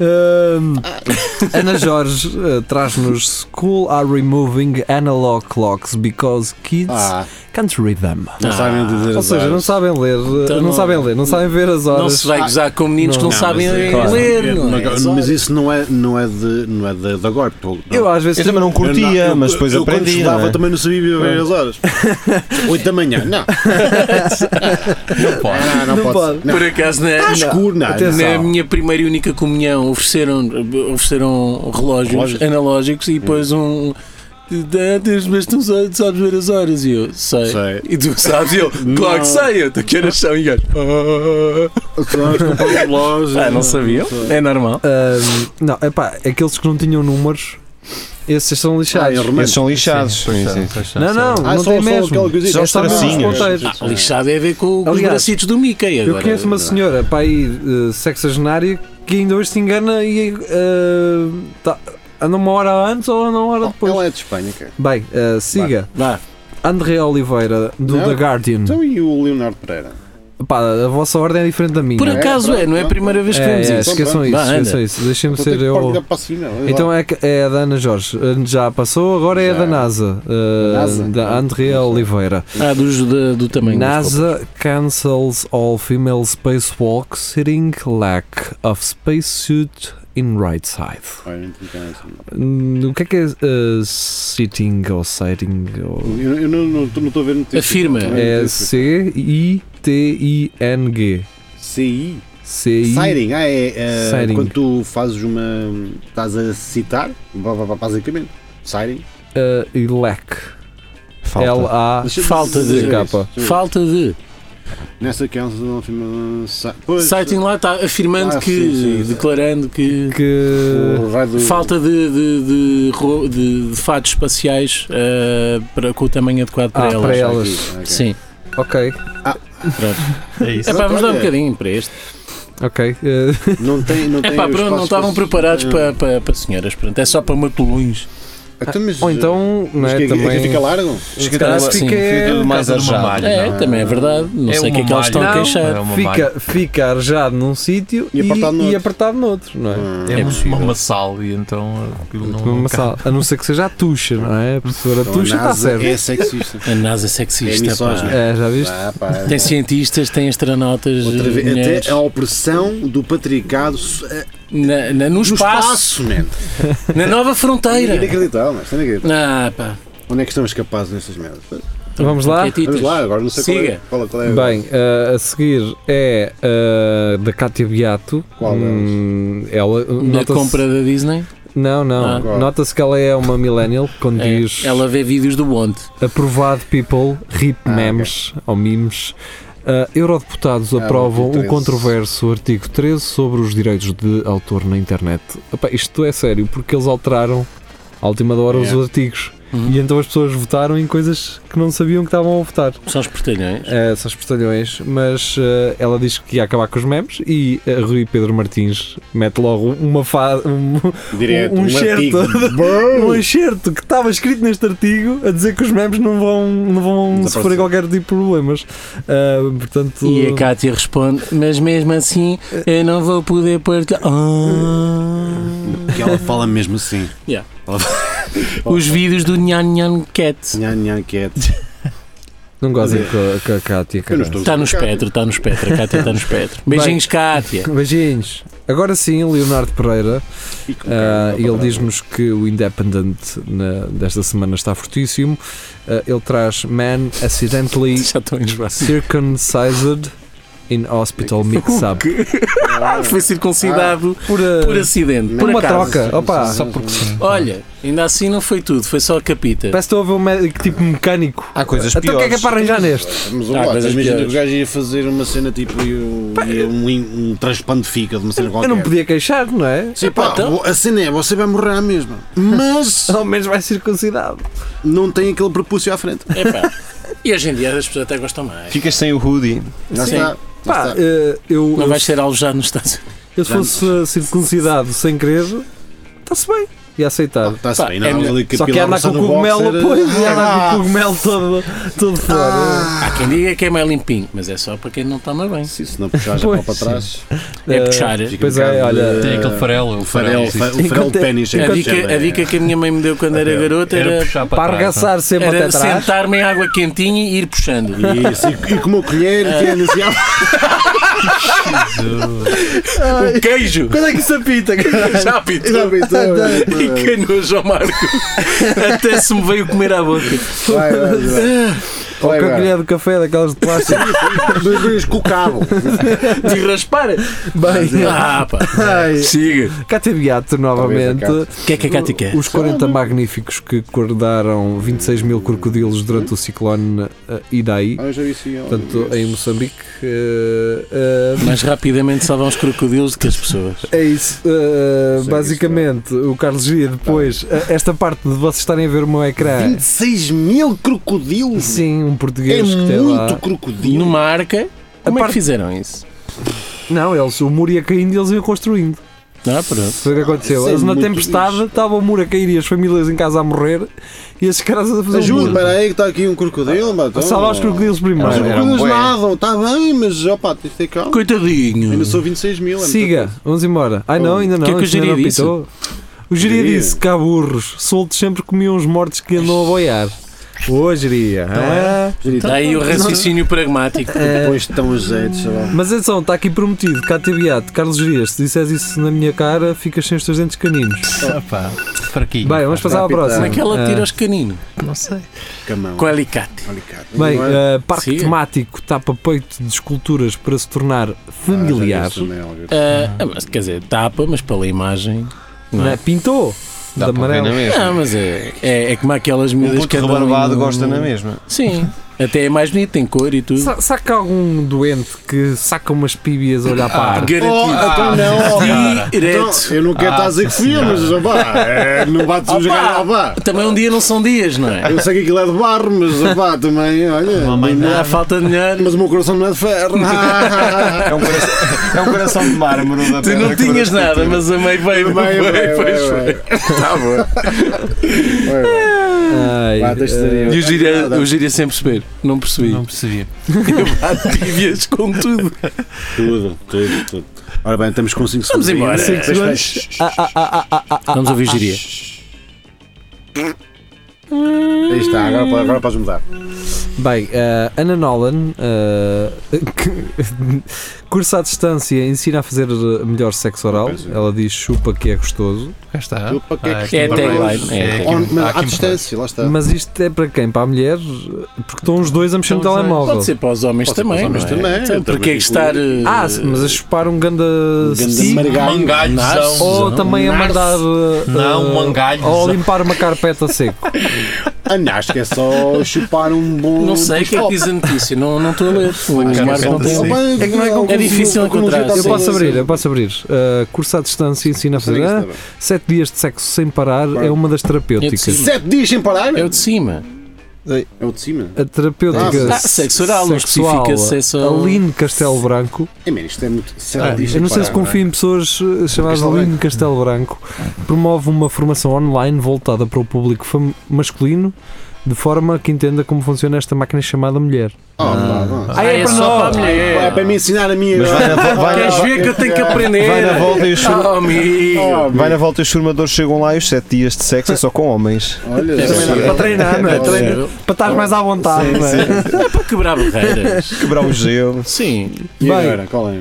S3: Ahm, Ana Jorge eh, traz-nos School are removing analog clocks because kids
S6: Ah,
S3: can't read them.
S6: não sabem dizer
S3: Ou
S6: as
S3: seja, não
S6: horas.
S3: sabem ler, eh,
S5: Então
S3: não,
S5: não-
S3: sabem ler, não sabem ver as
S5: Não
S3: horas.
S5: se vai gozar com meninos que não,
S3: Não,
S5: sabem
S7: mas é
S5: ler.
S7: claro.
S5: não é?
S6: Mas- Mas isso não é, não é, de, não é de, de agora. porque tu-
S3: Eu às
S4: Eu
S3: vezes
S4: também não curtia,
S6: Eu-
S4: mas depois
S6: eu quando
S4: aprendi.
S6: estudava
S4: não é?
S6: também não sabia ver as horas. 8 da manhã, não.
S7: Não pode.
S6: Ah, não,
S3: Não
S6: pode.
S3: pode.
S6: Não.
S5: Por acaso, né?
S6: Está escuro, não.
S3: Atenção.
S5: Na
S3: Sal.
S5: minha primeira e única comunhão ofereceram, ofereceram relógios,
S6: Relógios.
S5: analógicos e depois um. "Ah, Deus, Mas tu sabes sabes ver as horas e eu sei.
S6: Sei.
S5: E tu sabes, e eu, claro
S6: Não.
S5: que sei, eu tu que horas são e um gajo. "Ah."
S6: Vamos comprar um relógio.
S5: Ah, não sabiam? É normal.
S3: Ahm, não, epá, aqueles que não tinham números, esses são
S6: Ah,
S3: lixados.
S6: em
S4: Eles
S6: romano.
S4: são lixados. Sim, sim.
S7: assim.
S3: não, não,
S6: Ah,
S3: não
S6: só-
S3: tem
S6: só
S3: mesmo.
S6: aquele que diz,
S4: Só
S6: é
S4: os
S6: só mesmo
S4: tracinhos.
S3: ponteiros.
S6: Ah, lixo.
S5: Lixado é a ver com, com os
S3: Aliás,
S5: bracitos do Mickey
S3: Eu
S5: agora.
S3: conheço uma senhora, pá aí, eh, sexagenária, que ainda hoje se engana e eh, tá- anda uma hora antes ou anda uma hora depois.
S6: Ela é de Espanha, cara.
S3: Bem, eh, siga.
S5: Vá.
S3: André Oliveira, do
S6: Não.
S3: The Guardian.
S6: Então e o Leonardo Pereira?
S3: Pá, a vossa ordem é diferente da minha.
S5: Por
S6: É,
S5: acaso é,
S6: pronto,
S5: não é a
S6: pronto.
S5: primeira vez que
S3: É,
S5: vemos
S3: é,
S5: isso.
S3: esqueçam isso,
S5: Vá, anda.
S3: esqueçam isso. Deixem-me
S6: Então tem
S3: ser
S6: que pôr-lhe
S3: eu.
S6: para a cima, vai lá.
S3: Então é, que- é a da Ana Jorge. Já passou, agora é a da
S6: Já.
S3: NASA. eh,
S6: NASA?
S3: Da Andrea Oliveira.
S5: Ah, dos, da- do tamanho.
S3: NASA cancels all female spacewalks sitting lack of spacesuit in right side.
S6: Olha, não tem cara assim.
S3: Hum, O que é que é eh, sitting ou sighting? Ou...
S6: Eu eu não- não estou não estou a ver notícias.
S5: Afirma.
S6: Não
S3: É
S6: notícias.
S3: C-I-T-I-N-G.
S6: CI.
S3: C-I.
S6: Siring, ah, é, é,
S3: Siring.
S6: quando tu fazes uma. estás a citar, ba- ba- ba- basicamente. Siring.
S3: eh, e lack.
S4: Falta.
S3: L-A.
S6: Deixa-
S5: Ah, falta de
S6: deixa eu ver
S3: capa.
S6: isso, deixa eu ver.
S5: Falta de.
S6: Nessa é um cancel afirma. sa- Pois,
S5: Sighting lá está afirmando
S6: Ah,
S5: que,
S6: sim, sim, sim.
S5: declarando que.
S3: Que.
S6: o raio do-
S5: eh, Falta de, de, de, ro- de- de fatos espaciais ah, para, com o tamanho adequado para
S3: Ah,
S5: elas.
S3: para
S6: Está
S3: elas.
S6: aqui, ok.
S5: Sim.
S3: Ok,
S7: É isso.
S5: É pá, vamos dar um
S6: Olha.
S5: bocadinho para este.
S3: ok. eh,
S6: Não tem. Não
S5: É
S6: tem
S5: pá,
S6: os
S5: pronto, não
S6: passos-
S5: estavam preparados
S6: Ah.
S5: para, para, para senhoras. Pronto, é só para matulões.
S6: Então, mas-
S3: Ou então, não
S6: mas
S3: é,
S6: que- é que
S3: também.
S6: fica largo?
S3: se calhar
S5: Sim,
S3: fica-
S4: Tudo mais
S7: Por causa um de uma
S4: arjado.
S7: malha.
S5: É,
S6: não.
S5: também é verdade. Não
S7: É
S5: sei o que é
S7: uma
S5: que eles estão a
S7: malha.
S5: queixar.
S7: É uma malha.
S3: Fica, fica arejado num sítio
S6: E
S3: e,
S6: apertado noutro.
S3: e apertado noutro, não é?
S6: Ah,
S7: É,
S5: É
S7: uma,
S5: possível.
S7: uma sal e então aquilo não.
S3: Uma
S7: não
S3: sala. A não ser que seja a tucha, não é? A professora
S6: então a
S3: tucha está
S6: NASA
S3: certa.
S6: É sexista.
S5: A NASA é
S6: É
S5: sexista. pá.
S6: misógino.
S3: É, já viste?
S6: Ah, pá,
S5: Tem cientistas, tem astronautas. eh,
S6: Outra vez,
S5: mulheres.
S6: até é um- a opressão do patriarcado eh,
S5: Na, na- no
S6: no
S5: espaço.
S6: espaço, man.
S5: Na nova fronteira.
S6: Inacreditável, mas inacreditável.
S5: Ah, pá. Então,
S6: Onde é que estamos capazes nessas merdas?
S3: Vamos lá?
S5: Quietitas.
S6: Vamos lá, agora não sei
S5: Siga.
S6: qual é. Qual é, qual é agora.
S3: Bem, eh, a seguir é eh, da Cátia Beato.
S6: Qual delas?
S3: Hum, ela
S5: Na
S3: nota-se-
S5: compra da Disney.
S3: Não,
S5: Ah.
S3: não.
S6: Qual?
S3: Nota-se que ela é uma millennial quando
S5: é,
S3: diz
S5: ela vê vídeos do Bond.
S3: aprovado people, rip
S6: Ah,
S3: memes ou memes. Ah, eurodeputados
S6: Ah,
S3: aprovam
S6: artigo
S3: o
S6: 13.
S3: controverso artigo 13 sobre os direitos de autor na internet. Epá, isto é sério, porque eles alteraram à última hora os
S6: Yeah.
S3: artigos.
S5: Uhum.
S3: E então as pessoas votaram em coisas que não sabiam que estavam a votar.
S5: São os é? portalhões.
S3: Eh, são os portalhões, mas eh, ela diz que ia acabar com os memes e eh, Rui Pedro Martins mete logo uma fa um,
S6: Direto,
S3: um
S6: um
S3: certo.
S6: artigo.
S3: um
S6: Brrr.
S3: enxerto que estava escrito neste artigo a dizer que os memes não vão, não vão
S6: Desaparecer.
S3: sofrer qualquer tipo de problemas. Ah, portanto,
S5: E é a Kátia responde, mas mesmo assim eu não vou poder partilhar. Ah.
S6: Que ela fala mesmo assim.
S5: Yeah.
S6: Ela fala-
S5: Os vídeos do Nyan Nyan Cat.
S6: Nhan, nhan, que é-
S3: não gozem
S6: Mas é-
S3: com a- com a Cátia.
S6: Eu não
S3: caralho.
S6: estou
S5: Está Tá no
S6: cá.
S5: espectro, está no espectro. A Kátia está no espectro. Beijinhos, Kátia.
S3: Beijinhos. Agora sim, Leonardo Pereira.
S6: E com
S3: Ah,
S6: cara,
S3: ele
S6: para-
S3: diz-nos que o Independent na- desta semana está fortíssimo. Ah, ele traz Man Accidentally
S5: Já estão enjoados.
S3: Circumcised in Hospital Mix-Up.
S5: Ah, Foi circuncidado
S3: Por, uh,
S5: por acidente.
S3: por
S5: Por
S3: uma
S5: acaso.
S3: troca. Opa,
S7: Só porque sim.
S5: Olha, ainda assim não foi tudo, foi só a capita.
S3: parece que estou a ver um médico tipo mecânico.
S4: Há coisas
S3: Então o que é que é para arranjar neste?
S6: Mas um
S5: Ah,
S6: ah,
S5: mas as
S6: imagina que
S5: piores.
S6: o gajo ia fazer uma cena tipo e um, e um, um, transplante de fígado, uma cena
S3: Eu
S6: qualquer.
S3: não me podia queixar, não é?
S6: Sim, pá,
S5: Então?
S6: vo- a cena é, você vai morrer à mesma, mas
S3: Ao menos vai circuncidado.
S6: não tem aquele prepúcio à frente.
S5: Epá. E hoje em dia as pessoas até gostam mais.
S4: Ficas sem o hoodie.
S6: Já
S5: Sim.
S6: está. já
S3: Pá,
S6: está.
S3: eh, eu,
S5: Não
S3: eu,
S5: vais ser alojado nos Estados Unidos.
S3: eu se fosse eh, circuncidado sem querer, está-se bem. E aceitado.
S6: Está-se
S5: pá,
S6: bem, não,
S5: é melhor.
S6: ali
S3: Só que
S6: pilar
S3: anda com
S6: só
S3: o
S6: no Ah!
S3: cogumelo,
S6: boxer, é,
S3: pois, e anda com o cogumelo todo, todo fora.
S5: Há quem diga que é mais limpinho, mas é só para quem não toma bem.
S6: Se isso não puxar já
S3: Pois.
S6: para trás,
S5: É
S3: Eh,
S5: puxar. é?
S6: fica
S3: Pois
S6: um
S3: é,
S6: bocado
S3: olha,
S6: de-
S7: Tem aquele farelo. O
S6: farelo,
S7: farelo.
S6: fa-
S7: sim.
S6: o farelo
S3: Enquanto-
S6: de pênis. é
S5: A
S6: enquanto-
S5: dica, a dica que a minha mãe me deu quando era garota
S7: Era
S5: era,
S3: Para
S7: puxar trás, não é?
S3: arregaçar sempre até
S5: era
S3: trás.
S5: sentar-me em água quentinha e ir puxando.
S6: Isso, e, e com o meu colher, que é inicial.
S5: O queijo!
S3: Quando é que isso apita, cara?
S5: Já apitou.
S6: Já apitou,
S5: E que nojo ao Marco. Até se me veio comer à boca.
S6: Vai, vai, vai.
S3: Ou
S6: Vai,
S3: com a
S6: vai.
S3: colher de café daquelas de plástico.
S6: Dois vezes com o cabo.
S5: De raspar.
S3: Bem,
S5: Ah, pá.
S3: ai,
S5: Siga.
S3: Cátia Beato novamente.
S5: O que é que a Cátia quer?
S3: Os 40 magníficos que guardaram 26 mil crocodilos durante o ciclone eh, Idai,
S6: Ah, eu já vi sim, ó.
S3: portanto, em Moçambique. eh, eh,
S5: Mais rapidamente salvam os crocodilos do que as pessoas.
S3: É isso. Uh,
S6: Sei
S3: basicamente, o Carlos Gia depois, uh, esta parte de vocês estarem a ver o meu ecrã.
S6: 26 mil crocodilos.
S3: Sim, um
S6: É
S3: português que tem
S6: muito
S3: lá.
S6: crocodilo.
S5: Numa arca. Como é
S3: parte-
S5: que fizeram isso?
S3: Não, eles, o muro ia caindo e eles iam construindo.
S5: Ah, pronto.
S3: Foi o que aconteceu.
S6: isso é
S3: Eles na
S6: muito
S3: tempestade
S6: lixo.
S3: estava o muro a cair e as famílias em casa a morrer e esses caras a fazer o
S6: Ajuda,
S3: muro.
S6: espera aí que está aqui um crocodilo. pá, então.
S3: A salvar os crocodilos
S6: Os
S5: Ah,
S3: primeiro.
S4: Era um
S6: crocodilos
S4: bué.
S6: nadam, está bem, mas opá, tens de ter calma. Ainda
S5: Coitadinho.
S6: sou 26 mil. é muita
S3: Siga,
S6: coisa.
S3: vamos embora. Ai não, ainda não.
S5: que é que o
S3: isto ainda
S5: Jeria
S3: não
S5: disse?
S3: pitou. O Jeria
S6: Jeria.
S3: disse que há burros soltos sempre comiam os mortos que andam a boiar. Ô, Jeria, não é?
S5: Está Tá aí o raciocínio pragmático.
S6: Depois estão os jeitos, sabe?
S3: Mas atenção, está aqui prometido, Cátia Beato, Carlos Dias, se disseres isso na minha cara, ficas sem os teus dentes caninos.
S7: Ah, pá, Fraquinho.
S3: Bem, vamos passar à
S6: Capitão.
S3: próxima.
S5: Como é que ela tira
S3: Ah,
S5: os caninos?
S7: Não sei.
S6: Camão.
S5: Com alicate.
S6: alicate.
S3: Bem,
S6: Não é?
S3: ah, parque
S5: Siga.
S3: temático tapa-peito de esculturas para se tornar familiar.
S6: Ah, já vi isso também, olha.
S5: Ah, ah, mas, quer dizer, tapa, mas pela imagem. Não
S3: Né?
S5: é?
S3: Pintou!
S7: Dá
S3: de
S7: para ver
S3: amarelo.
S7: na mesma.
S5: Não, mas é, é, é como aquelas
S4: Um
S5: miúdas
S4: puto
S5: que andam
S4: rebarbado
S5: em-
S4: gosta na mesma.
S5: Sim. Até é mais bonito, tem cor e tudo.
S3: Sa- saca algum doente que saca umas píbias a olhar para a arte.
S5: Garantido.
S6: Oh, então
S3: ah,
S6: não, ó, cara. Então,
S5: Direto.
S6: eu não quero estar a dizer que fui
S5: Ah,
S6: eu, mas opá, é, não bate os
S5: Opá.
S6: gajos, opá.
S5: Também um dia não são dias, não é?
S6: Eu sei que aquilo é de barro, mas opá, também, olha. é
S4: Mamãe
S5: Não há falta de dinheiro.
S6: Mas o meu coração não é de ferro.
S4: É um coração, é um coração de mármore da
S5: Tu
S4: pedra
S5: não
S4: que
S5: tinhas
S4: corresponde.
S5: nada, mas a meio veio.
S6: Vai,
S5: veio,
S6: vai, vai,
S5: pois
S6: vai.
S5: foi. Tá bom.
S6: Vai,
S3: Ai,
S6: vai, tens de ter aí.
S5: E o gíria, o gíria sem perceber. Não percebi.
S7: Não percebi.
S5: Eu bato pívias com tudo.
S6: Tudo, tudo, tudo. Ora bem, estamos com 5
S5: Vamos
S6: segundos.
S5: embora.
S6: Cinco
S5: Cinco
S6: segundos.
S5: Vamos ouvir gíria.
S6: Aí está, agora, po- agora podes mudar.
S3: Bem, eh, Ana Nolan, eh, que- cursa à distância, ensina a fazer eh, melhor sexo oral.
S6: Pois é.
S3: Ela diz chupa que é gostoso.
S7: Cá está.
S6: Tu, para que é
S7: Ah,
S6: que
S7: aqui
S5: é
S7: me parece.
S5: tagline, é
S7: É
S5: tagline.
S7: aqui me-
S6: On- mas à
S7: ah, aqui me parece.
S6: distância, lá está.
S3: Mas isto é para quem? Para a mulher? Porque estão os dois a mexer no
S7: Estão os dois.
S3: telemóvel.
S5: Pode ser para os homens
S6: Pode ser para os
S5: também.
S6: homens
S5: não é?
S6: também,
S5: Então,
S6: eu
S5: porque é
S6: também
S5: que estar. eh,
S3: Ah, se- mas a chupar um ganda.
S6: Ganda
S3: stick?
S6: margalho.
S7: Mangalhozão.
S3: ou também a
S7: Narce.
S3: mandar. eh,
S7: Não,
S3: eh,
S7: mangalhos.
S3: Ou limpar uma carpeta a seco.
S6: Ah, acho que é só chupar um bom.
S5: Não sei o que é que diz a notícia. Não não estou a ler. O Marco não tem.
S6: É que não
S5: É difícil encontrar,
S3: Eu
S5: Sim,
S3: posso
S5: sim.
S3: abrir, né? eu posso abrir. Eh, cursa à distância, ensina a fazer. ah, Sete dias de sexo sem parar é uma das
S5: Eu
S3: terapêuticas.
S5: decido.
S6: 7 dias sem parar? né?
S5: É o de cima.
S6: É o de cima.
S3: A terapêutica
S5: Ah, sexo oral, não
S3: sexual,
S5: especifica se é só-
S3: Aline Castelo Branco.
S6: É, man, isto é muito. 7
S7: Ah,
S6: dias sem
S3: Eu não sei se
S6: parar,
S3: confio em pessoas eh, chamadas
S6: Castelo
S3: Aline Castelo Branco. Promove uma formação online voltada para o público fam- masculino. De forma que entenda como funciona esta máquina chamada mulher.
S6: não é? Ah, vá, vá.
S5: Ah, é para
S7: só
S5: nós.
S7: para a mulher.
S6: É para me ensinar a minha.
S4: Mas vai na, vo- vai na-
S5: Queres ver que eu tenho que aprender?
S4: vai na volta e os chur-
S5: Oh, amigo.
S4: vai na volta e os formadores chegam lá e os 7 dias de sexo é só com homens.
S6: Olha,
S5: É
S6: também
S5: possível.
S6: não.
S3: Para treinar, não é?
S5: É
S6: Olha,
S5: treinar.
S3: Treina- Para estar mais à vontade, não é?
S5: É para quebrar barreiras.
S4: Quebrar o gelo.
S5: Sim.
S6: E
S3: Bem.
S6: agora, qual é?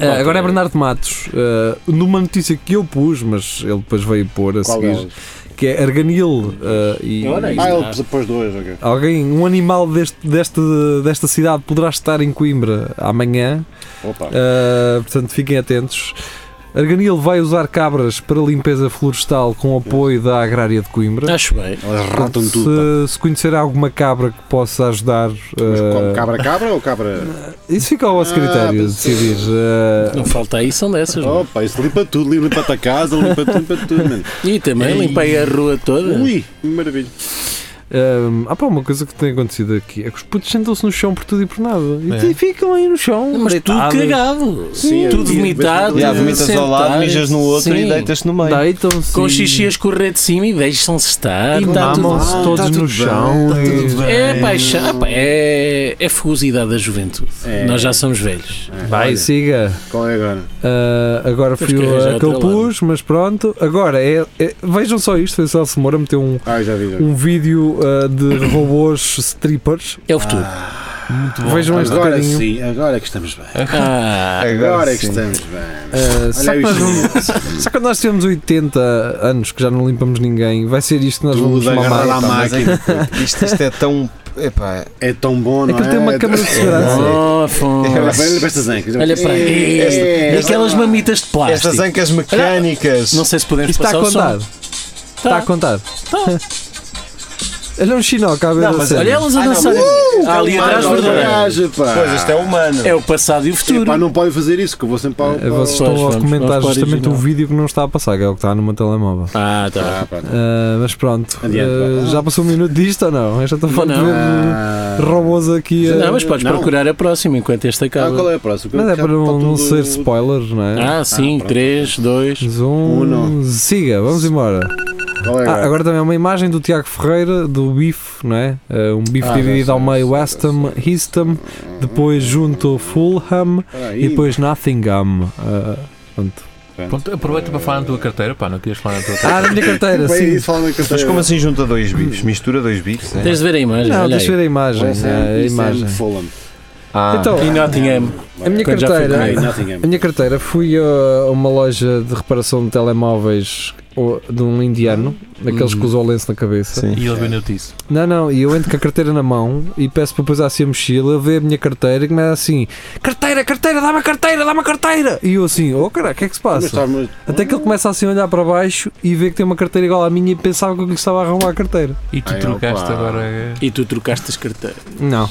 S3: Ah, agora é Eh, Bernardo Matos. Ah, numa notícia que eu pus, mas ele depois veio pôr a
S6: Qual
S3: seguir,
S6: delas?
S3: que é arganil. ah, e,
S6: Ah, ele pôs dois, ok.
S3: Alguém, um animal deste, deste, desta cidade poderá estar em Coimbra amanhã,
S6: Opa.
S3: ah, portanto fiquem atentos. Arganil vai usar cabras para limpeza florestal com apoio da Agrária de Coimbra.
S5: Acho bem.
S6: Elas
S3: Portanto,
S6: ratam É tudo. tá.
S3: se, se conhecer alguma cabra que possa ajudar,
S6: Mas
S3: ah,
S6: como cabra-cabra ou cabra?
S3: isso fica ao vosso
S6: Ah,
S3: critério de
S6: pensei.
S3: decidir. ah,
S5: Não falta aí, são dessas. não é?
S6: Opa, isso limpa tudo, limpa-te a casa, limpa tudo, limpa tudo, mano.
S5: E também
S7: Ei.
S5: limpei a rua toda.
S6: Ui, maravilha.
S3: ah, há pá, uma coisa que tem acontecido aqui é que os putos sentam-se no chão por tudo e por nada e,
S7: É.
S3: e ficam aí no chão.
S5: Mas tudo
S3: deitados.
S5: cagado.
S6: Sim,
S5: tudo
S6: é-
S5: vomitado.
S4: Já, vomitas ao lado,
S5: sentar,
S4: mijas no outro
S5: sim.
S4: e deitas-te no meio.
S3: Deitam-se
S5: Com
S3: e-
S5: o xixi a escorrer de cima e deixam-se estar.
S3: E
S5: E tá tudo...
S3: mamam-se todos
S4: tá tudo
S3: no
S4: bem,
S3: chão.
S4: tá
S3: e-
S4: tudo bem.
S5: É paixão, Ah, pá, é, é fugosidade da juventude.
S6: É.
S5: Nós já somos velhos.
S3: Vai,
S6: Olha,
S3: siga.
S6: Qual é agora?
S3: Ah, agora
S5: Temos
S3: fui
S5: que arranjar
S3: eu a que eu
S5: outro lado.
S3: pus, mas pronto. Agora, é, é- vejam só isto: foi o Celso Moura meteu um,
S6: Ah, já vi. Já vi.
S3: um vídeo ah, de robôs strippers.
S5: É o futuro.
S3: vejam este
S6: Agora
S3: bocadinho.
S6: sim, agora é que estamos bem.
S5: Ah,
S6: Agora é que
S4: sim.
S6: estamos bem.
S3: Ah,
S6: Olha
S3: sabe,
S6: isto.
S3: nós não- sabe quando nós temos 80 anos que já não limpamos ninguém? Vai ser isto que nós vamos
S6: Tudo agarrado à
S3: mamar.
S6: máquina.
S4: Isto, isto é tão. Epá,
S6: É tão bom, não é?
S3: Aquilo tem uma câmara de segurança.
S5: oh,
S6: Olha
S5: Afonso.
S6: para ele, para estas ancas.
S5: Olha para aí.
S6: É,
S5: E aquelas mamitas de plástico.
S4: estas ancas mecânicas.
S5: Não sei se podemos
S3: Isto está
S5: passar
S3: a
S5: o som. Tá.
S3: contar. Está a contar. Olha um chinoca a ver
S4: Não,
S3: a
S4: mas
S3: sério.
S5: Olha elas a dançarem. Há
S6: é
S3: é
S5: ali atrás,
S6: Olha,
S5: verdadeira.
S6: gajo, pá.
S4: Pois, isto é humano.
S5: É o passado e o futuro.
S6: Epá, não podem fazer isso, que eu vou sempre para, para...
S3: Vocês
S5: Pois,
S3: estão a
S5: vamos-
S3: comentar
S5: vamos para o
S3: justamente o
S5: original.
S3: vídeo que não está a passar, que é o que está numa telemóvel.
S5: Ah, tá.
S6: Ah, pá.
S3: Ah, mas pronto,
S6: Adiante,
S3: Ah,
S6: vá.
S3: já passou um minuto disto ou não? um Eu já estou a falar de
S5: Não.
S3: ver
S6: Ah.
S3: robôs aqui. a-
S5: Não, mas podes
S6: Não.
S5: procurar a próxima enquanto esta
S6: Ah, qual
S5: acaba.
S6: é a próxima?
S3: Mas é
S6: Já
S3: para
S6: está
S3: não, não
S6: tudo-
S3: ser spoiler, não é?
S5: Ah, sim, 3, 2.
S3: Mas um-
S6: Uno.
S3: Siga, vamos embora.
S6: Qual é
S3: Ah,
S6: agora?
S3: agora também é uma imagem do Tiago Ferreira do bife, não é? Ah, um bife
S6: Ah, já
S3: dividido
S6: sei,
S3: ao meio
S6: já
S3: West Ham, East Ham, depois junto Fulham
S6: Espera aí.
S3: e depois Nottingham. Ah, pronto.
S7: Pronto, aproveita para falar na tua carteira, pá, não querias falar na tua carteira.
S3: Ah, na minha carteira,
S6: Vai
S3: sim.
S6: aí, fala na
S4: Mas
S6: carteira.
S4: como assim junta dois bifes? Mistura dois bifes? é?
S5: Tens de ver a imagem.
S3: Não,
S5: olha
S3: deixa eu
S5: aí.
S3: ver a imagem.
S6: West Ham,
S3: ah, a
S6: East Ham,
S3: imagem.
S6: Fulham.
S4: Ah,
S3: Então,
S5: E Nottingham.
S6: Ah,
S3: a minha é-
S5: Quando já fui
S3: carteira.
S5: com
S6: Ai, Nottingham.
S3: A minha carteira fui a uma loja de reparação de telemóveis o- de um indiano, daqueles que usam o lenço na cabeça.
S4: sim.
S7: E ele vendeu-te isso.
S3: Não, não, e eu entro com a carteira na mão e peço para pesar assim a mochila, ele vê a minha carteira e começa assim: carteira, carteira, dá-me a carteira, dá-me a carteira! E eu assim: oh caralho, o que é que se
S6: Mas
S3: passa?
S6: está muito-
S3: Até que ele começa assim a olhar para baixo e vê que tem uma carteira igual à minha e pensava que eu lhe estava a arrumar a carteira.
S7: E tu
S6: Ai,
S7: trocaste
S6: opa.
S7: agora. é-
S5: E tu trocaste as carteiras.
S3: Não,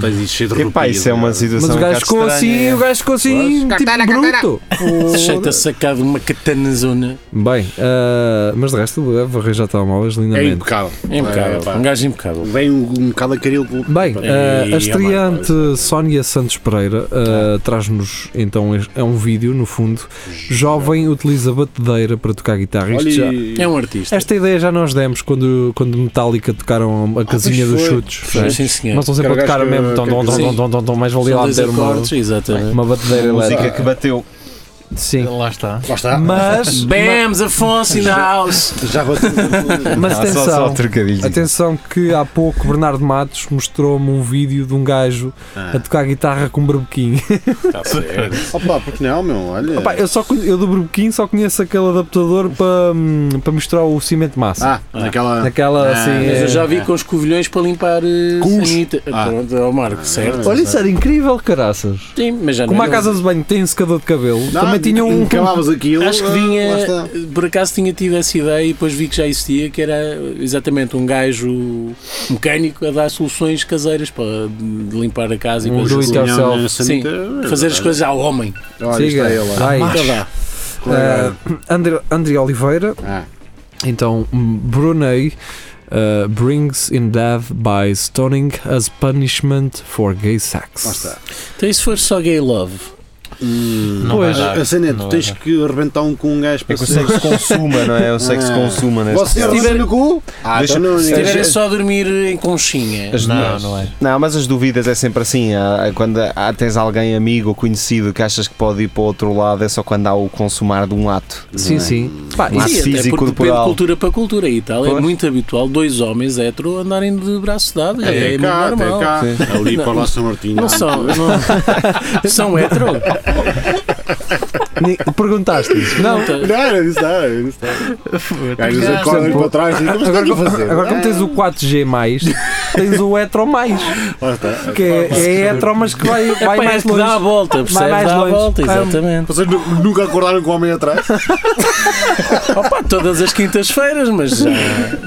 S6: Tens isso cheio de
S4: Epá,
S6: rupias,
S4: isso é uma
S6: cara.
S4: situação.
S3: mas o
S4: um
S3: gajo
S4: bocado
S3: ficou
S4: estranha,
S3: assim,
S4: é.
S3: o gajo ficou assim, tipo bruto.
S5: Cheio-te a sacar de uma catanazona.
S3: Bem, ah, mas de resto, eu vou arranjar telemóveis
S6: É
S3: lindamente.
S6: impecável.
S5: É
S6: É,
S5: impecável.
S6: pá.
S5: um gajo impecável.
S6: Vem um, um bocado a caril. pelo-
S3: Bem,
S6: pelo-
S3: eh,
S6: E-
S3: a estreante Sónia Santos Pereira eh, traz-nos então este- é um vídeo, no fundo. Jovem utiliza batedeira para tocar guitarra. Isto
S6: Olha,
S3: já-
S6: e-
S5: É um artista.
S3: esta ideia já nós demos quando, quando Metallica tocaram a casinha
S6: Ah, pois
S3: dos
S6: foi.
S3: chutos.
S5: Sim,
S3: não é?
S5: sim, senhor.
S3: Não estão sempre a
S6: Aquele
S3: tocar
S6: gajo que-
S3: mesmo. então, Tom, tom,
S6: que-
S3: tom,
S5: sim.
S3: tom, tom, tom, tom, mais valia
S5: São
S3: lá
S5: dois
S3: ter uma,
S5: acordes, exatamente.
S3: uma batedeira
S4: Música
S3: elétrica.
S4: que bateu.
S3: Sim.
S7: Lá está.
S6: Lá está.
S3: Mas,
S5: Bams, Afonso in the house.
S6: Já bateu.
S3: mas
S4: Ah, só, só
S3: atenção,
S4: trocadilho.
S3: Atenção que há pouco Bernardo Matos mostrou-me um vídeo de um gajo a tocar guitarra com um barbequim.
S6: Opa, porque não, meu? Olha.
S3: Opa, eu, só conhe- eu do barbequim só conheço aquele adaptador para, hum, para mostrar o cimento de massa.
S6: Ah, naquela.
S3: Naquela assim.
S5: Mas
S3: é-
S5: eu já vi com os covilhões para limpar a
S6: Cus.
S5: sanita.
S6: Ah.
S5: Pronto, é o Marco, certo?
S3: Olha, isso era incrível, caraças.
S5: Sim, mas já não
S3: Ah. Como a
S5: é
S3: casa de banho tem um secador de cabelo,
S6: Não,
S3: também tinha um.
S6: Calavas aquilo. ah,
S5: Acho que
S6: Lá
S5: vinha,
S6: está.
S5: por acaso tinha tido essa ideia e depois vi que já existia, que era exatamente um gajo mecânico a dar soluções caseiras para hum, de limpar a casa e
S3: Um
S5: coisas
S3: do it
S5: assim.
S3: yourself.
S5: Sim, fazer as coisas ao homem.
S6: é Olha,
S3: Siga.
S6: está ele.
S3: Vai.
S5: Então dá.
S6: um, né?
S3: Ah,
S6: Eh,
S3: André, André Oliveira,
S6: Ah,
S3: então hum, Brunei. ah, brings in death by stoning as punishment for gay sex.
S6: lá está.
S5: Então, e se for só gay love?
S7: Não
S3: Pois,
S7: vai dar.
S6: A cena é, tu
S7: Não
S6: tens
S7: vai
S6: que arrebentar um com um gajo
S4: É
S6: para
S4: que o sexo consuma, não é? O sexo
S6: Ah.
S4: consuma né? nesta
S6: Você
S4: fase.
S6: tiver no cu? Ah,
S4: Deixa-
S6: então não,
S5: Se
S6: ninguém-
S5: estiverem só a dormir em conchinha.
S4: As
S7: dar. Não,
S4: duas.
S7: não é.
S4: Não, mas as dúvidas é sempre assim. há- há- Quando há- tens alguém amigo ou conhecido que achas que pode ir para o outro lado, é só quando há o consumar de um ato.
S3: Sim, sim. Pá,
S4: Mas-
S3: isso-
S5: Sim, até
S4: físico
S5: É porque depende de
S4: corporal.
S5: cultura para cultura e tal. É
S4: Pois.
S5: muito habitual dois homens hétero andarem de braço dado. É,
S6: É
S5: muito
S6: cá, é
S5: normal.
S6: cá.
S4: Sim.
S5: é-
S6: Ali para lá São Martinho.
S5: Não são, não- são hétero?
S3: Ni- Perguntaste isso? Não.
S6: Não, era isso, é- não, era isso. Gajos
S7: Gasta,
S6: acordam
S3: pô.
S6: para trás e dizem,
S3: Agora,
S6: mas o que é que eu vou fazer?
S3: agora como tens o 4G, tens o Etro,
S6: Ah, lá está.
S3: que é, é Etro, mas que vai,
S5: É
S3: vai
S5: pá,
S3: mais
S5: este que dá a
S3: longe.
S5: volta, percebes?
S3: mais
S5: Dá a
S3: longe.
S5: volta,
S3: Ah,
S5: exatamente.
S6: Vocês nu- nunca acordaram com o homem atrás?
S5: Opa, todas as quintas-feiras, mas já,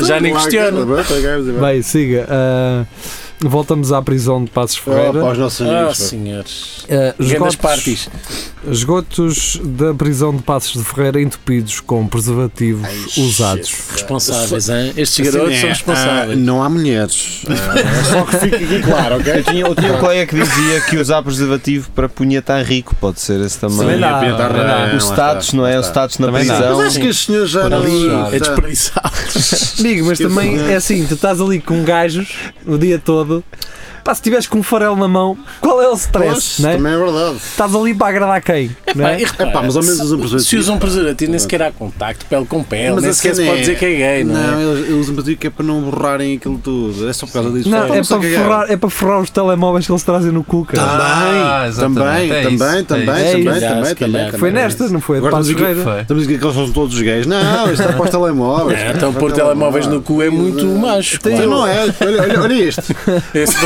S5: já nem
S6: Lá,
S5: questiono. Ah,
S6: tá bem, tá bem.
S3: Bem, siga. ah, voltamos à prisão de Passos
S6: Ah,
S3: Ferreira.
S6: Para os nossos
S5: Ah,
S6: amigos. pá.
S5: senhores.
S3: Ah,
S5: Grandes
S3: esgotos-
S5: parties.
S3: Esgotos da prisão de Passos de Ferreira entupidos com preservativos usados.
S5: Responsáveis, hein? Estes garotos
S6: Assim,
S5: são
S6: é,
S5: responsáveis.
S6: ah, não há mulheres. Ah, só que fica aqui claro, ok?
S4: Tinha, eu tinha um colega que dizia que usar preservativo para punhetar rico, pode ser esse também.
S3: Também dá.
S4: o status, não é? O status na
S7: Também dá.
S4: prisão.
S6: Mas acho que os senhores já não.
S5: É desperdiçá-los.
S3: Amigo, mas
S6: Esqueci
S3: também
S6: de-
S3: é assim, tu estás ali com gajos o dia todo. Pá, se tiveres com um farelo na mão, qual é o stress?
S6: Pois,
S3: Né?
S6: Também é verdade.
S3: Estás ali para agradar quem?
S5: Pá,
S3: Né?
S5: e repara,
S6: Epá, mas ao menos
S5: se-
S6: usam preservativo.
S5: Se usam preservativo, nem sequer há contacto, pele com pele,
S6: Mas
S5: nem
S6: a
S5: sequer se
S6: cena
S5: pode
S6: é-
S5: dizer que é gay, não, é?
S6: eles eles me dizem que é para não borrarem aquilo tudo. É só por causa disso.
S3: Não, é
S6: Estamos a
S3: para,
S6: cagar.
S3: forrar, é para forrar os telemóveis que eles trazem no cu, cara.
S6: Tá,
S7: Ah, exatamente,
S6: Também, também,
S7: é isso, é
S6: também, também,
S7: isso.
S6: também,
S5: Se calhar, se calhar.
S6: também, também. é
S3: Foi nesta, não foi? A de
S6: Agora
S3: Passos
S6: estamos aqui-
S3: Ferreira.
S7: Foi.
S6: Estamos a dizer que eles são todos gays. Não, isto é para os telemóveis.
S5: É, então pôr telemóveis no cu é muito macho.
S6: Tem,
S3: um.
S5: claro.
S6: não é? Olha, olha, olha este.
S5: Esse,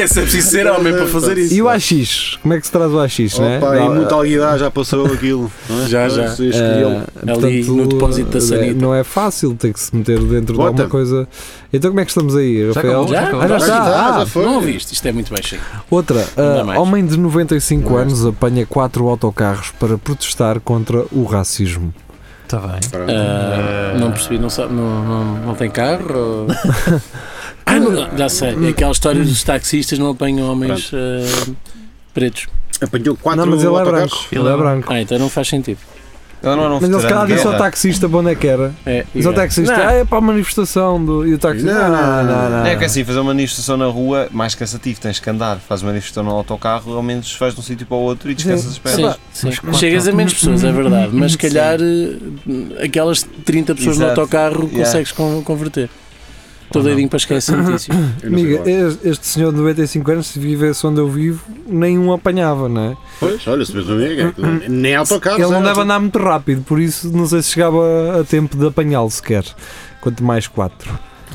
S5: esse é preciso ser homem para fazer isso.
S3: E o AX? Como é que se traz o AX, né?
S6: Opa, e
S3: Não,
S6: muita alguidade já passou aquilo. não é?
S5: Já, já.
S6: Isso, escolheu.
S3: ah,
S5: Ali
S3: portanto,
S5: no depósito da
S3: eh,
S5: sanita.
S3: Não é fácil ter que se meter dentro de
S6: Bota.
S3: alguma coisa. Então como é que estamos aí, Rafael?
S7: acabou, já
S3: Ah, já
S7: acabou.
S6: Já está,
S3: está.
S6: já
S3: Ah,
S6: foi.
S5: Não ouviste? Isto é muito baixinho.
S3: Outra,
S5: Ainda
S3: ah,
S5: mais.
S3: homem de 95 anos apanha quatro autocarros para protestar contra o racismo.
S7: Está bem.
S5: Ah, não percebi, não, sabe, não, não, não tem carro? ou- ah, não, já sei.
S6: Hum.
S5: É aquela história dos taxistas não apanham homens ah, pretos.
S6: Apanhou quatro
S3: não, mas ele é
S6: autocarros.
S3: branco. Ele é branco.
S5: Ah, então não faz sentido.
S4: Não, não, não
S3: Mas ele um se calhar
S4: não,
S3: disse ao
S4: não.
S3: taxista para onde é que era.
S5: É,
S3: Diz ao
S5: yeah.
S3: taxista,
S5: Não,
S3: ah, é para a manifestação do. E o taxista. "Ah,
S6: Não, não, não,
S4: Não é que assim, fazer uma manifestação na rua mais cansativo, tens que andar. Faz uma manifestação no autocarro, ao menos vais de um sítio para o outro e descansas as
S5: Sim,
S4: pernas.
S5: sim. Chegas a menos pessoas, é verdade, mas se calhar eh, aquelas 30 pessoas
S4: Exato.
S5: no autocarro
S4: Yeah.
S5: consegues con- converter. Estou doidinho para esquecer a notícia.
S6: Eu não sei
S3: Amiga,
S6: qual é.
S3: este, este senhor de 95 anos, se vivesse onde eu vivo, nenhum apanhava, não é?
S6: Pois, olha, se vês uma amiga, nem autocarros.
S3: Ele não
S6: é
S3: deve andar muito rápido, por isso não sei se chegava a tempo de apanhá-lo sequer. Quanto mais quatro.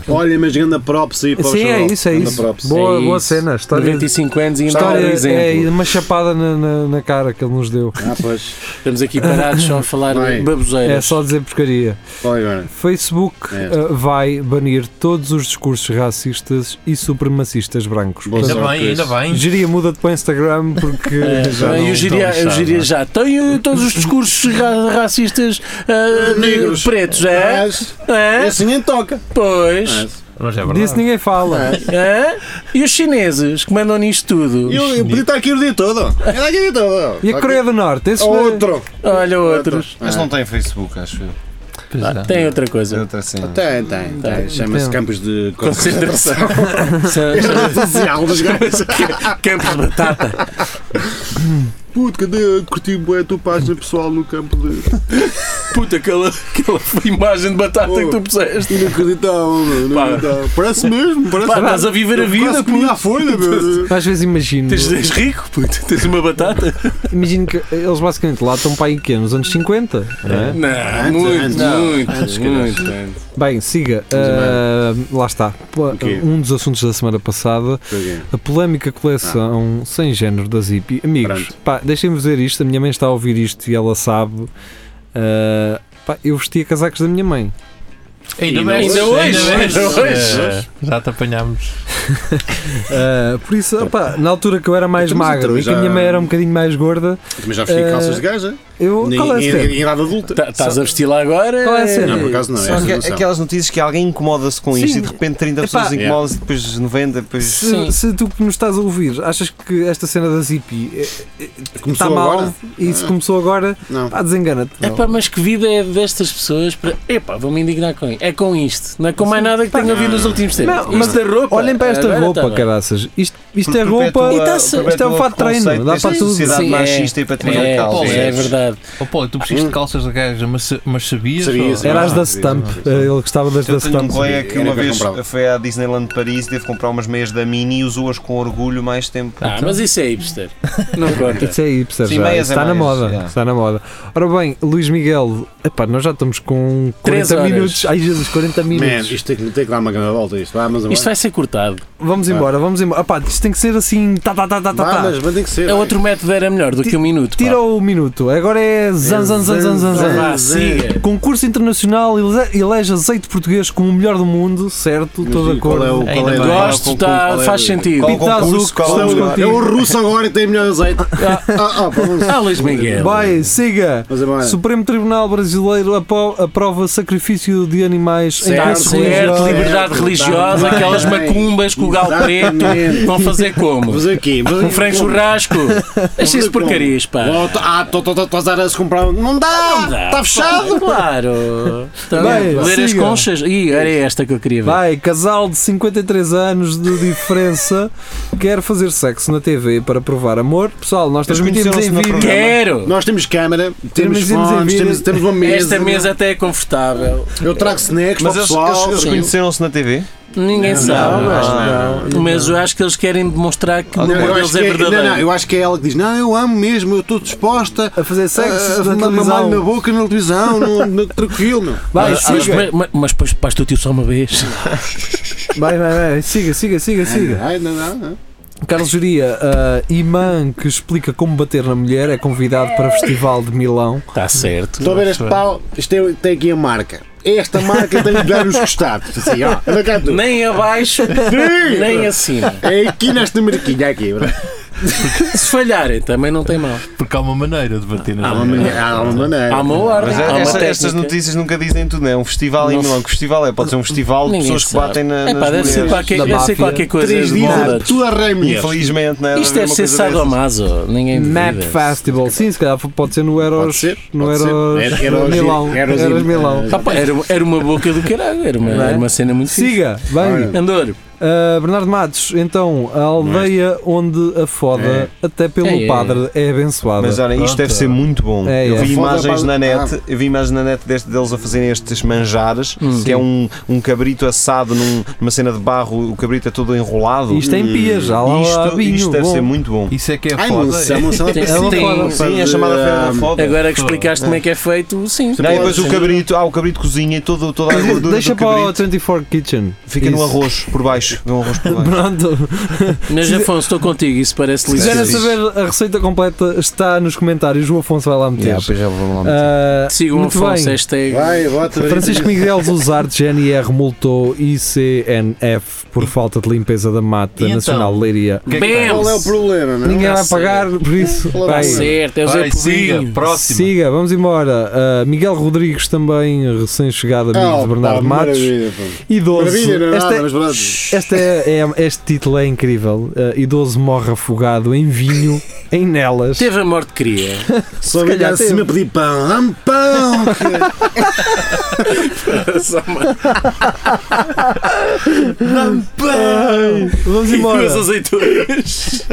S6: Olha, mas ganda props aí para o
S3: Sim, é
S6: xarol.
S3: isso, é
S6: Ganda
S3: isso.
S6: props.
S3: Boa,
S5: É
S3: boa
S5: isso.
S3: cena. História,
S5: 95 anos e ainda há um
S3: história é
S5: exemplo.
S3: uma chapada na, na- na cara que ele nos deu.
S6: Ah, pois.
S5: Estamos aqui parados só a falar
S6: Vai.
S3: É
S5: baboseiras.
S3: só dizer porcaria.
S6: Olha agora.
S3: Facebook
S6: É.
S3: eh, vai banir todos os discursos racistas e supremacistas brancos.
S6: Boa
S7: Ainda
S3: Portanto,
S6: sorte.
S7: bem, ainda bem.
S3: Geria muda-te para o Instagram porque
S5: Eh,
S3: já
S5: eu
S7: não
S5: diria,
S7: estão
S5: eu
S7: a
S5: diria
S7: deixar,
S5: já. Tenho todos os discursos ra- racistas eh, de
S6: Negros.
S5: pretos, é?
S6: Mas,
S5: É?
S6: Assim nem toca.
S5: Pois.
S7: Mas é
S3: disso
S7: verdade.
S3: ninguém fala.
S5: É? E os chineses que mandam nisto tudo?
S6: Eu, eu podia estar aqui o dia todo. Eu Era aqui o dia todo.
S3: E a Coreia do Norte? Esses
S6: Outro.
S5: Olha outros.
S4: Mas não tem Facebook, acho eu.
S7: Pois é.
S5: Tem outra
S4: É
S5: coisa.
S4: outra cena.
S6: Tem, tem, tem. Chama-se
S3: Tem.
S6: campos de
S5: Concentração.
S6: social dos gajos.
S5: Campos de batata.
S6: Puto, cadê? Curti bué a tua página pessoal no campo de.
S5: Puta, aquela, aquela imagem de batata
S6: Oh.
S5: que tu puseste.
S6: Inacreditável, meu. é
S5: Pá.
S6: Inacreditável. Parece mesmo, parece.
S5: Pá, estás a viver a vida,
S6: Quase comi
S5: puto.
S6: à folha, meu.
S3: é- Às vezes imagino,
S5: Tens, és rico, puto. Tens uma batata.
S3: imagino que eles basicamente lá estão para aí que é? nos anos 50, não é?
S5: Não,
S6: antes,
S5: muito,
S6: não.
S5: muito,
S6: Antes, se calhar.
S5: muito. antes.
S3: Bem, siga. Ah, lá está. Pô,
S6: quê?
S3: Um dos assuntos da semana passada, a polémica coleção sem género da Zippy. Amigos,
S6: Pronto.
S3: pá, deixem-me dizer isto. A minha mãe está a ouvir isto e ela sabe. Ah, pá, eu vestia casacos da minha mãe.
S7: Ainda
S6: Ainda É.
S7: bem.
S5: hoje, ainda hoje.
S7: Eh, Já te apanhámos.
S3: Ah, por isso, opá, na altura que eu era mais
S6: Então, mas eu
S3: magro
S6: também
S3: e que a minha
S6: já-
S3: mãe era um bocadinho mais gorda,
S6: Mas já vesti
S3: Eh,
S6: calças de gaja.
S3: eu.
S6: Em,
S3: Qual é a
S6: em,
S3: cena?
S6: em idade adulta.
S5: Tá- Estás a vestir lá agora?
S3: Qual é a cena?
S6: Não, por acaso não. É
S4: São
S6: essa
S4: aqu-
S6: noção.
S4: aquelas notícias que alguém incomoda-se com isto
S3: Sim.
S4: e de repente 30
S3: Epá.
S4: pessoas incomodam-se, depois 90, depois.
S3: Se, se tu que nos estás a ouvir achas que esta cena da Zippy é- é-
S6: Começou
S3: está mal
S6: agora?
S3: e se começou agora,
S6: Não.
S3: pá, desengana-te.
S5: Epá, mas que vida é destas pessoas para. Epá, vou-me indignar com isto. É com isto. Não é com mais nada que tenho ouvido nos últimos tempos.
S3: Não, mas
S5: Isto da roupa.
S3: Olhem para esta
S5: Agora
S3: roupa,
S5: tá bem. tá
S3: caraças. Isto Isto é roupa.
S4: perpetua-
S3: E tá-se- isto é um
S4: perpetua
S3: fato de treino,
S4: conceito
S3: dá
S4: desta
S3: para tudo.
S4: sociedade
S5: Sim, é.
S4: machista e
S5: É,
S4: patriarcal.
S7: Paulo,
S5: é,
S4: percebes?
S5: verdade.
S7: Oh, Paulo, tu vestiste calças de gaja, mas, sa- mas sabias?
S6: Sabias,
S7: ou-
S3: Hum. Era as
S6: Ah,
S3: da
S6: sim,
S3: Stamp.
S6: sim, sim.
S3: Ele gostava das da
S4: Eu tenho um
S3: Stamp.
S4: colega que
S6: Eu
S4: uma
S6: nunca
S4: vez
S6: comprava.
S4: foi à Disneyland de Paris e teve que comprar umas meias da Mini e usou-as com orgulho mais tempo.
S5: Ah,
S3: Então.
S5: mas isso é hipster. Não conta.
S3: Isso é aí, percebes?
S4: Sim,
S3: já,
S4: meias
S3: isso
S4: é
S3: está na
S4: mais,
S3: moda.
S4: já.
S3: Está na moda. Ora bem, Luís Miguel, epá, nós já estamos com
S5: Três
S3: 40
S5: horas.
S3: minutos. Ai Jesus, 40
S6: Man,
S3: minutos.
S6: isto tem que, tem que dar uma grande volta. Isto, vá, mas
S5: Isto vai ser cortado.
S3: Vamos embora, vamos embora. Epá, isto tem que ser assim. Tá, tá, tá, tá, tá,
S6: Vá,
S3: tá.
S6: mas, mas tem que ser.
S5: É outro método era melhor do que um minuto. pá.
S3: Tira o minuto. Agora é zan, zan, zan, zan, zan, zan.
S5: Vá, siga.
S3: Concurso internacional ele- elege azeite português como o melhor do mundo, certo?
S6: Mas
S3: Toda
S6: e
S3: a cor.
S6: qual é o- qual
S4: Ainda
S6: é o-
S4: bem.
S5: Gosto, tá,
S6: qual é o-
S5: faz sentido.
S4: Qual o
S3: Pita
S4: concurso?
S3: Azul,
S4: Qual o
S3: estamos
S4: melhor?
S6: É
S3: contigo.
S6: o russo agora e tem melhor azeite.
S5: Ah.
S6: Ah, ah, pá, vamos-
S5: Ah, Luís
S4: É
S5: Miguel.
S3: Vai, siga!
S6: Mas embora.
S3: Supremo Tribunal Brasileiro apo- aprova sacrifício de animais em
S5: Está
S6: Certo,
S3: casos
S5: certo,
S3: religiosos.
S5: liberdade
S6: Certo,
S5: religiosa,
S6: tá bem.
S5: aquelas macumbas com o galo preto.
S6: Exatamente.
S5: Vão fazer como?
S6: Vamos aqui. vamos
S5: Um
S6: aqui.
S5: frango churrasco? Achei isso
S6: Vamos-
S5: porcarias, pá.
S6: Oh, t- Ah, estou a dar a se comprar. um- Não dá! Está fechado!
S5: Claro! Então,
S3: Bem,
S5: ler as
S3: siga.
S5: conchas? Ih, era esta que eu queria ver.
S3: Vai, casal de 53 anos de diferença quer fazer sexo na TV para provar amor. Pessoal, nós
S4: Eles
S3: transmitimos em
S4: conheceram-se no
S3: vídeo.
S4: programa.
S5: Quero!
S6: Nós temos câmara,
S3: Temos
S6: temos
S3: ímos em
S6: fones,
S3: vídeo.
S6: temos, temos uma mesa.
S5: Esta mesa até é confortável.
S6: Eu trago snacks
S4: Mas
S6: para o
S4: eles,
S6: pessoal.
S4: eles- eles
S6: sim.
S4: conheceram-se na TV?
S5: Ninguém sabe.
S4: não, acho que
S5: Mas eu acho que eles querem demonstrar que o
S6: Não,
S5: amor
S6: eu
S5: deles
S6: acho
S5: é
S6: que é, não,
S5: verdadeiro.
S6: não, eu acho que é ela que diz: Não, eu amo mesmo, eu estou disposta
S3: A fazer
S6: a,
S3: sexo
S6: a
S3: na
S6: mamar na
S3: televisão.
S6: boca na televisão, no, no- tranquilo. Meu.
S3: Vai,
S5: mas, mas,
S3: siga.
S5: mas- mas depois faz tu tio só uma vez.
S3: Vai, vai, vai. Siga, siga, siga, siga.
S6: Ai, não, não, não.
S3: Carlos Juria, uh, imã que explica como bater na mulher, é convidado para Festival de Milão.
S5: Está Tá certo.
S6: Estou a ver este pau, isto tem, tem aqui a marca. É Esta marca tem de dar os costados. Assim, ó, anda cá tu.
S5: Nem abaixo,
S6: Sim.
S5: nem assim. acima.
S6: É aqui nesta marquinha, aqui. bro.
S5: Se falharem, também não tem mal.
S7: Porque há uma maneira de bater na
S6: Há Ah, uma,
S7: maneira.
S6: mane- há uma maneira.
S5: Há uma ordem,
S4: Mas
S5: há uma
S4: esta-
S5: técnica.
S4: estas notícias nunca dizem tudo, não é? Um festival em
S5: Não
S4: Milão.
S5: se-
S4: Que festival é? Pode ser um festival de
S5: Ninguém
S4: pessoas que
S5: sabe.
S4: batem na, nas
S5: É pá, deve ser
S4: mulheres.
S5: qualquer,
S3: Da
S5: deve ser
S3: máfia.
S5: qualquer coisa.
S6: Três
S5: de
S6: dias
S5: bondades.
S6: de tudo a rei mulher.
S4: Infelizmente, não é?
S5: Isto deve ser sadomaso. Ninguém
S3: Mad
S5: duvida.
S3: Festival, sim, se calhar pode ser no Eros.
S6: Pode ser,
S3: no
S6: pode ser.
S3: Eros,
S6: Era- Eros-
S3: Milão.
S6: Eros-
S3: Eros Milão.
S6: Eros-
S5: Ah, pá, era, era uma boca do caralho. Era uma,
S3: Não é?
S5: era uma cena muito fixe.
S3: Siga, bem.
S5: Andor,
S3: Uh, Bernardo Matos, então, a aldeia onde a foda, até pelo
S5: É, é.
S3: padre, é abençoada.
S4: Mas ah, olha, isto
S7: Pronto.
S4: deve ser muito bom.
S3: É,
S4: eu
S3: é.
S4: vi
S6: Foda
S4: imagens
S6: para-
S4: na net, eu vi imagens na net deste, deles a fazerem estes manjares, que é um, um cabrito assado num- numa cena de barro, o cabrito é todo enrolado.
S3: Isto é em pias, já lá há
S4: isto,
S3: vinho,
S4: isto deve
S3: bom.
S4: ser muito bom.
S7: Isso é que é
S6: Ai,
S7: foda.
S6: não sei, não sei.
S5: Tem-
S6: Sim,
S5: tem-
S6: foda.
S4: Sim, é chamada Feira da Foda.
S5: agora que explicaste como é que é feito, sim.
S4: Não, e depois o
S5: Sim.
S4: cabrito, ah, o cabrito cozinha e todo, toda a gordura
S3: Deixa
S4: do
S3: para o
S4: cabrito
S3: 24 Kitchen.
S4: fica no
S3: Isso.
S4: arroz por baixo. No um arroz por baixo.
S3: Pronto,
S5: Mas Afonso, estou contigo. Isso parece
S3: se quiserem
S5: ligeiro.
S3: saber a receita completa, está nos comentários. O Afonso vai lá meter.
S4: Yeah, pois já vou lá.
S3: Uh,
S5: Sigam o
S3: muito
S5: Afonso, é
S3: bem.
S5: hashtag.
S6: Vai, bota
S3: Francisco Miguel Zuzarte, GNR, multou ICNF por falta de limpeza da mata
S7: E então?
S3: nacional de Leiria.
S7: que é que
S5: Bem,
S6: Qual é o problema, não?
S3: Ninguém vai
S5: Graça.
S3: pagar por isso.
S6: Pela
S3: Vai.
S5: Está
S6: Vai.
S5: certo, é o Zé
S7: Vai,
S5: Povinho.
S7: siga, próximo.
S3: Siga, vamos embora. Uh, Miguel Rodrigues, também recém-chegado amigo
S6: Ah,
S3: de
S6: pá,
S3: Bernardo Matos.
S6: maravilha, pá.
S3: Idoso.
S6: Maravilha, não é
S3: Esta
S6: nada, mas pronto.
S3: Este, é, é- este título é incrível. Uh, idoso morre afogado em vinho, em nelas.
S5: Teve a morte que queria.
S6: Só me
S3: calhar
S6: olhar assim
S3: teve.
S6: a pedir pão. Dá-me pão! que-
S5: Só uma-
S3: Vamos
S5: e
S3: embora.
S5: duas azeitonas.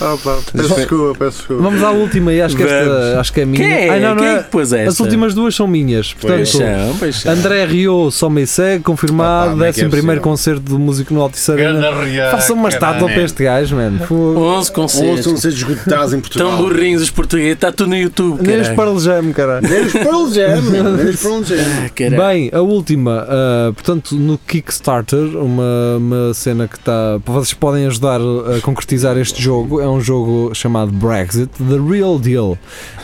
S6: Ah, pá, Peço desculpa, peço desculpa.
S3: Vamos à última e acho que
S5: Vamos.
S3: esta acho que é minha.
S5: Quem é?
S3: Ai, não, não
S5: Quem é
S3: é.
S5: que pôs esta? é.
S3: As últimas duas são minhas. Portanto,
S5: Paixão, paixão.
S3: André Rio, só me segue,
S6: Opa,
S3: confirmado.
S6: como é que é
S3: décimo primeiro
S6: possível?
S3: concerto de músico no Altice Arena. Faça uma estátua para este gajo, mano.
S5: 11
S3: Fogo.
S6: Onde estão a
S5: concertos.
S6: ser esgotados em Portugal.
S5: Tão burrinhos os portugueses. Está tudo no YouTube.
S3: Nem os
S5: caralho.
S3: Parlejame, caralho.
S6: Nem os Pearl Jam, meu, nem os Pearl Jam.
S5: Ah, caralho.
S3: Bem, a última, ah, portanto, no Kickstarter, uma, uma cena que está. Vocês podem ajudar a concretizar este jogo. É um jogo chamado Brexit, The Real Deal,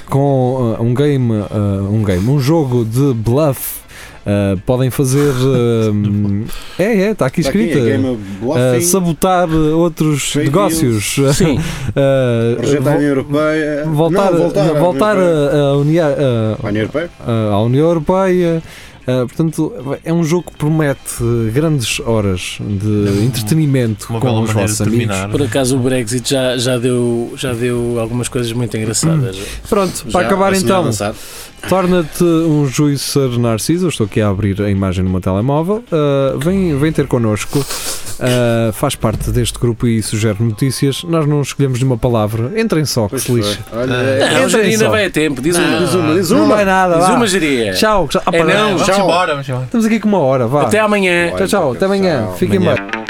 S3: com ah, um game, ah, um game, um jogo de bluff. Ah, podem fazer. ah, é, é, está aqui
S6: Está aqui,
S3: escrita.
S6: é Game of
S3: Ah,
S6: Bluffing,
S3: sabotar ah, outros
S6: Fake
S3: negócios.
S5: Sim.
S3: Ah,
S6: rejeitar a União Europeia.
S3: vo- voltar
S6: Não,
S3: voltar,
S6: à
S3: voltar
S6: União Europeia.
S3: a, a, uniar- a-
S6: À União Europeia?
S3: uh, à União Europeia. Uh, portanto, é um jogo que promete uh, grandes horas de entretenimento
S7: Uma bela
S3: com os
S7: maneira de
S3: vossos amigos.
S7: terminar.
S5: Por acaso o Brexit já, já, deu, já deu algumas coisas muito
S6: Hum.
S5: engraçadas.
S3: Pronto,
S6: Já,
S3: para acabar
S6: a senhora
S3: então,
S6: avançada.
S3: torna-te um Ah, juízo narciso. Eu estou aqui a abrir a imagem no meu telemóvel. Uh, vem, vem ter connosco. ah, faz parte deste grupo e sugere notícias. Nós não escolhemos nenhuma palavra. Entrem só, que se lixe.
S6: Olha, é
S5: Não,
S3: Entrem
S5: a Jarina
S3: só.
S5: vai a tempo, diz uma.
S6: diz uma, diz
S3: Não
S6: uma.
S3: vai nada,
S5: é Diz
S3: vá.
S5: uma geria.
S3: Tchau. tchau. Ah,
S5: É
S3: pá,
S5: não.
S7: Vamos
S6: Tchau.
S7: embora, vamos embora.
S3: Estamos aqui com uma hora, vá.
S5: Até amanhã.
S3: Tchau, tchau. Até amanhã.
S6: Tchau.
S3: Fiquem bem.
S7: Amanhã.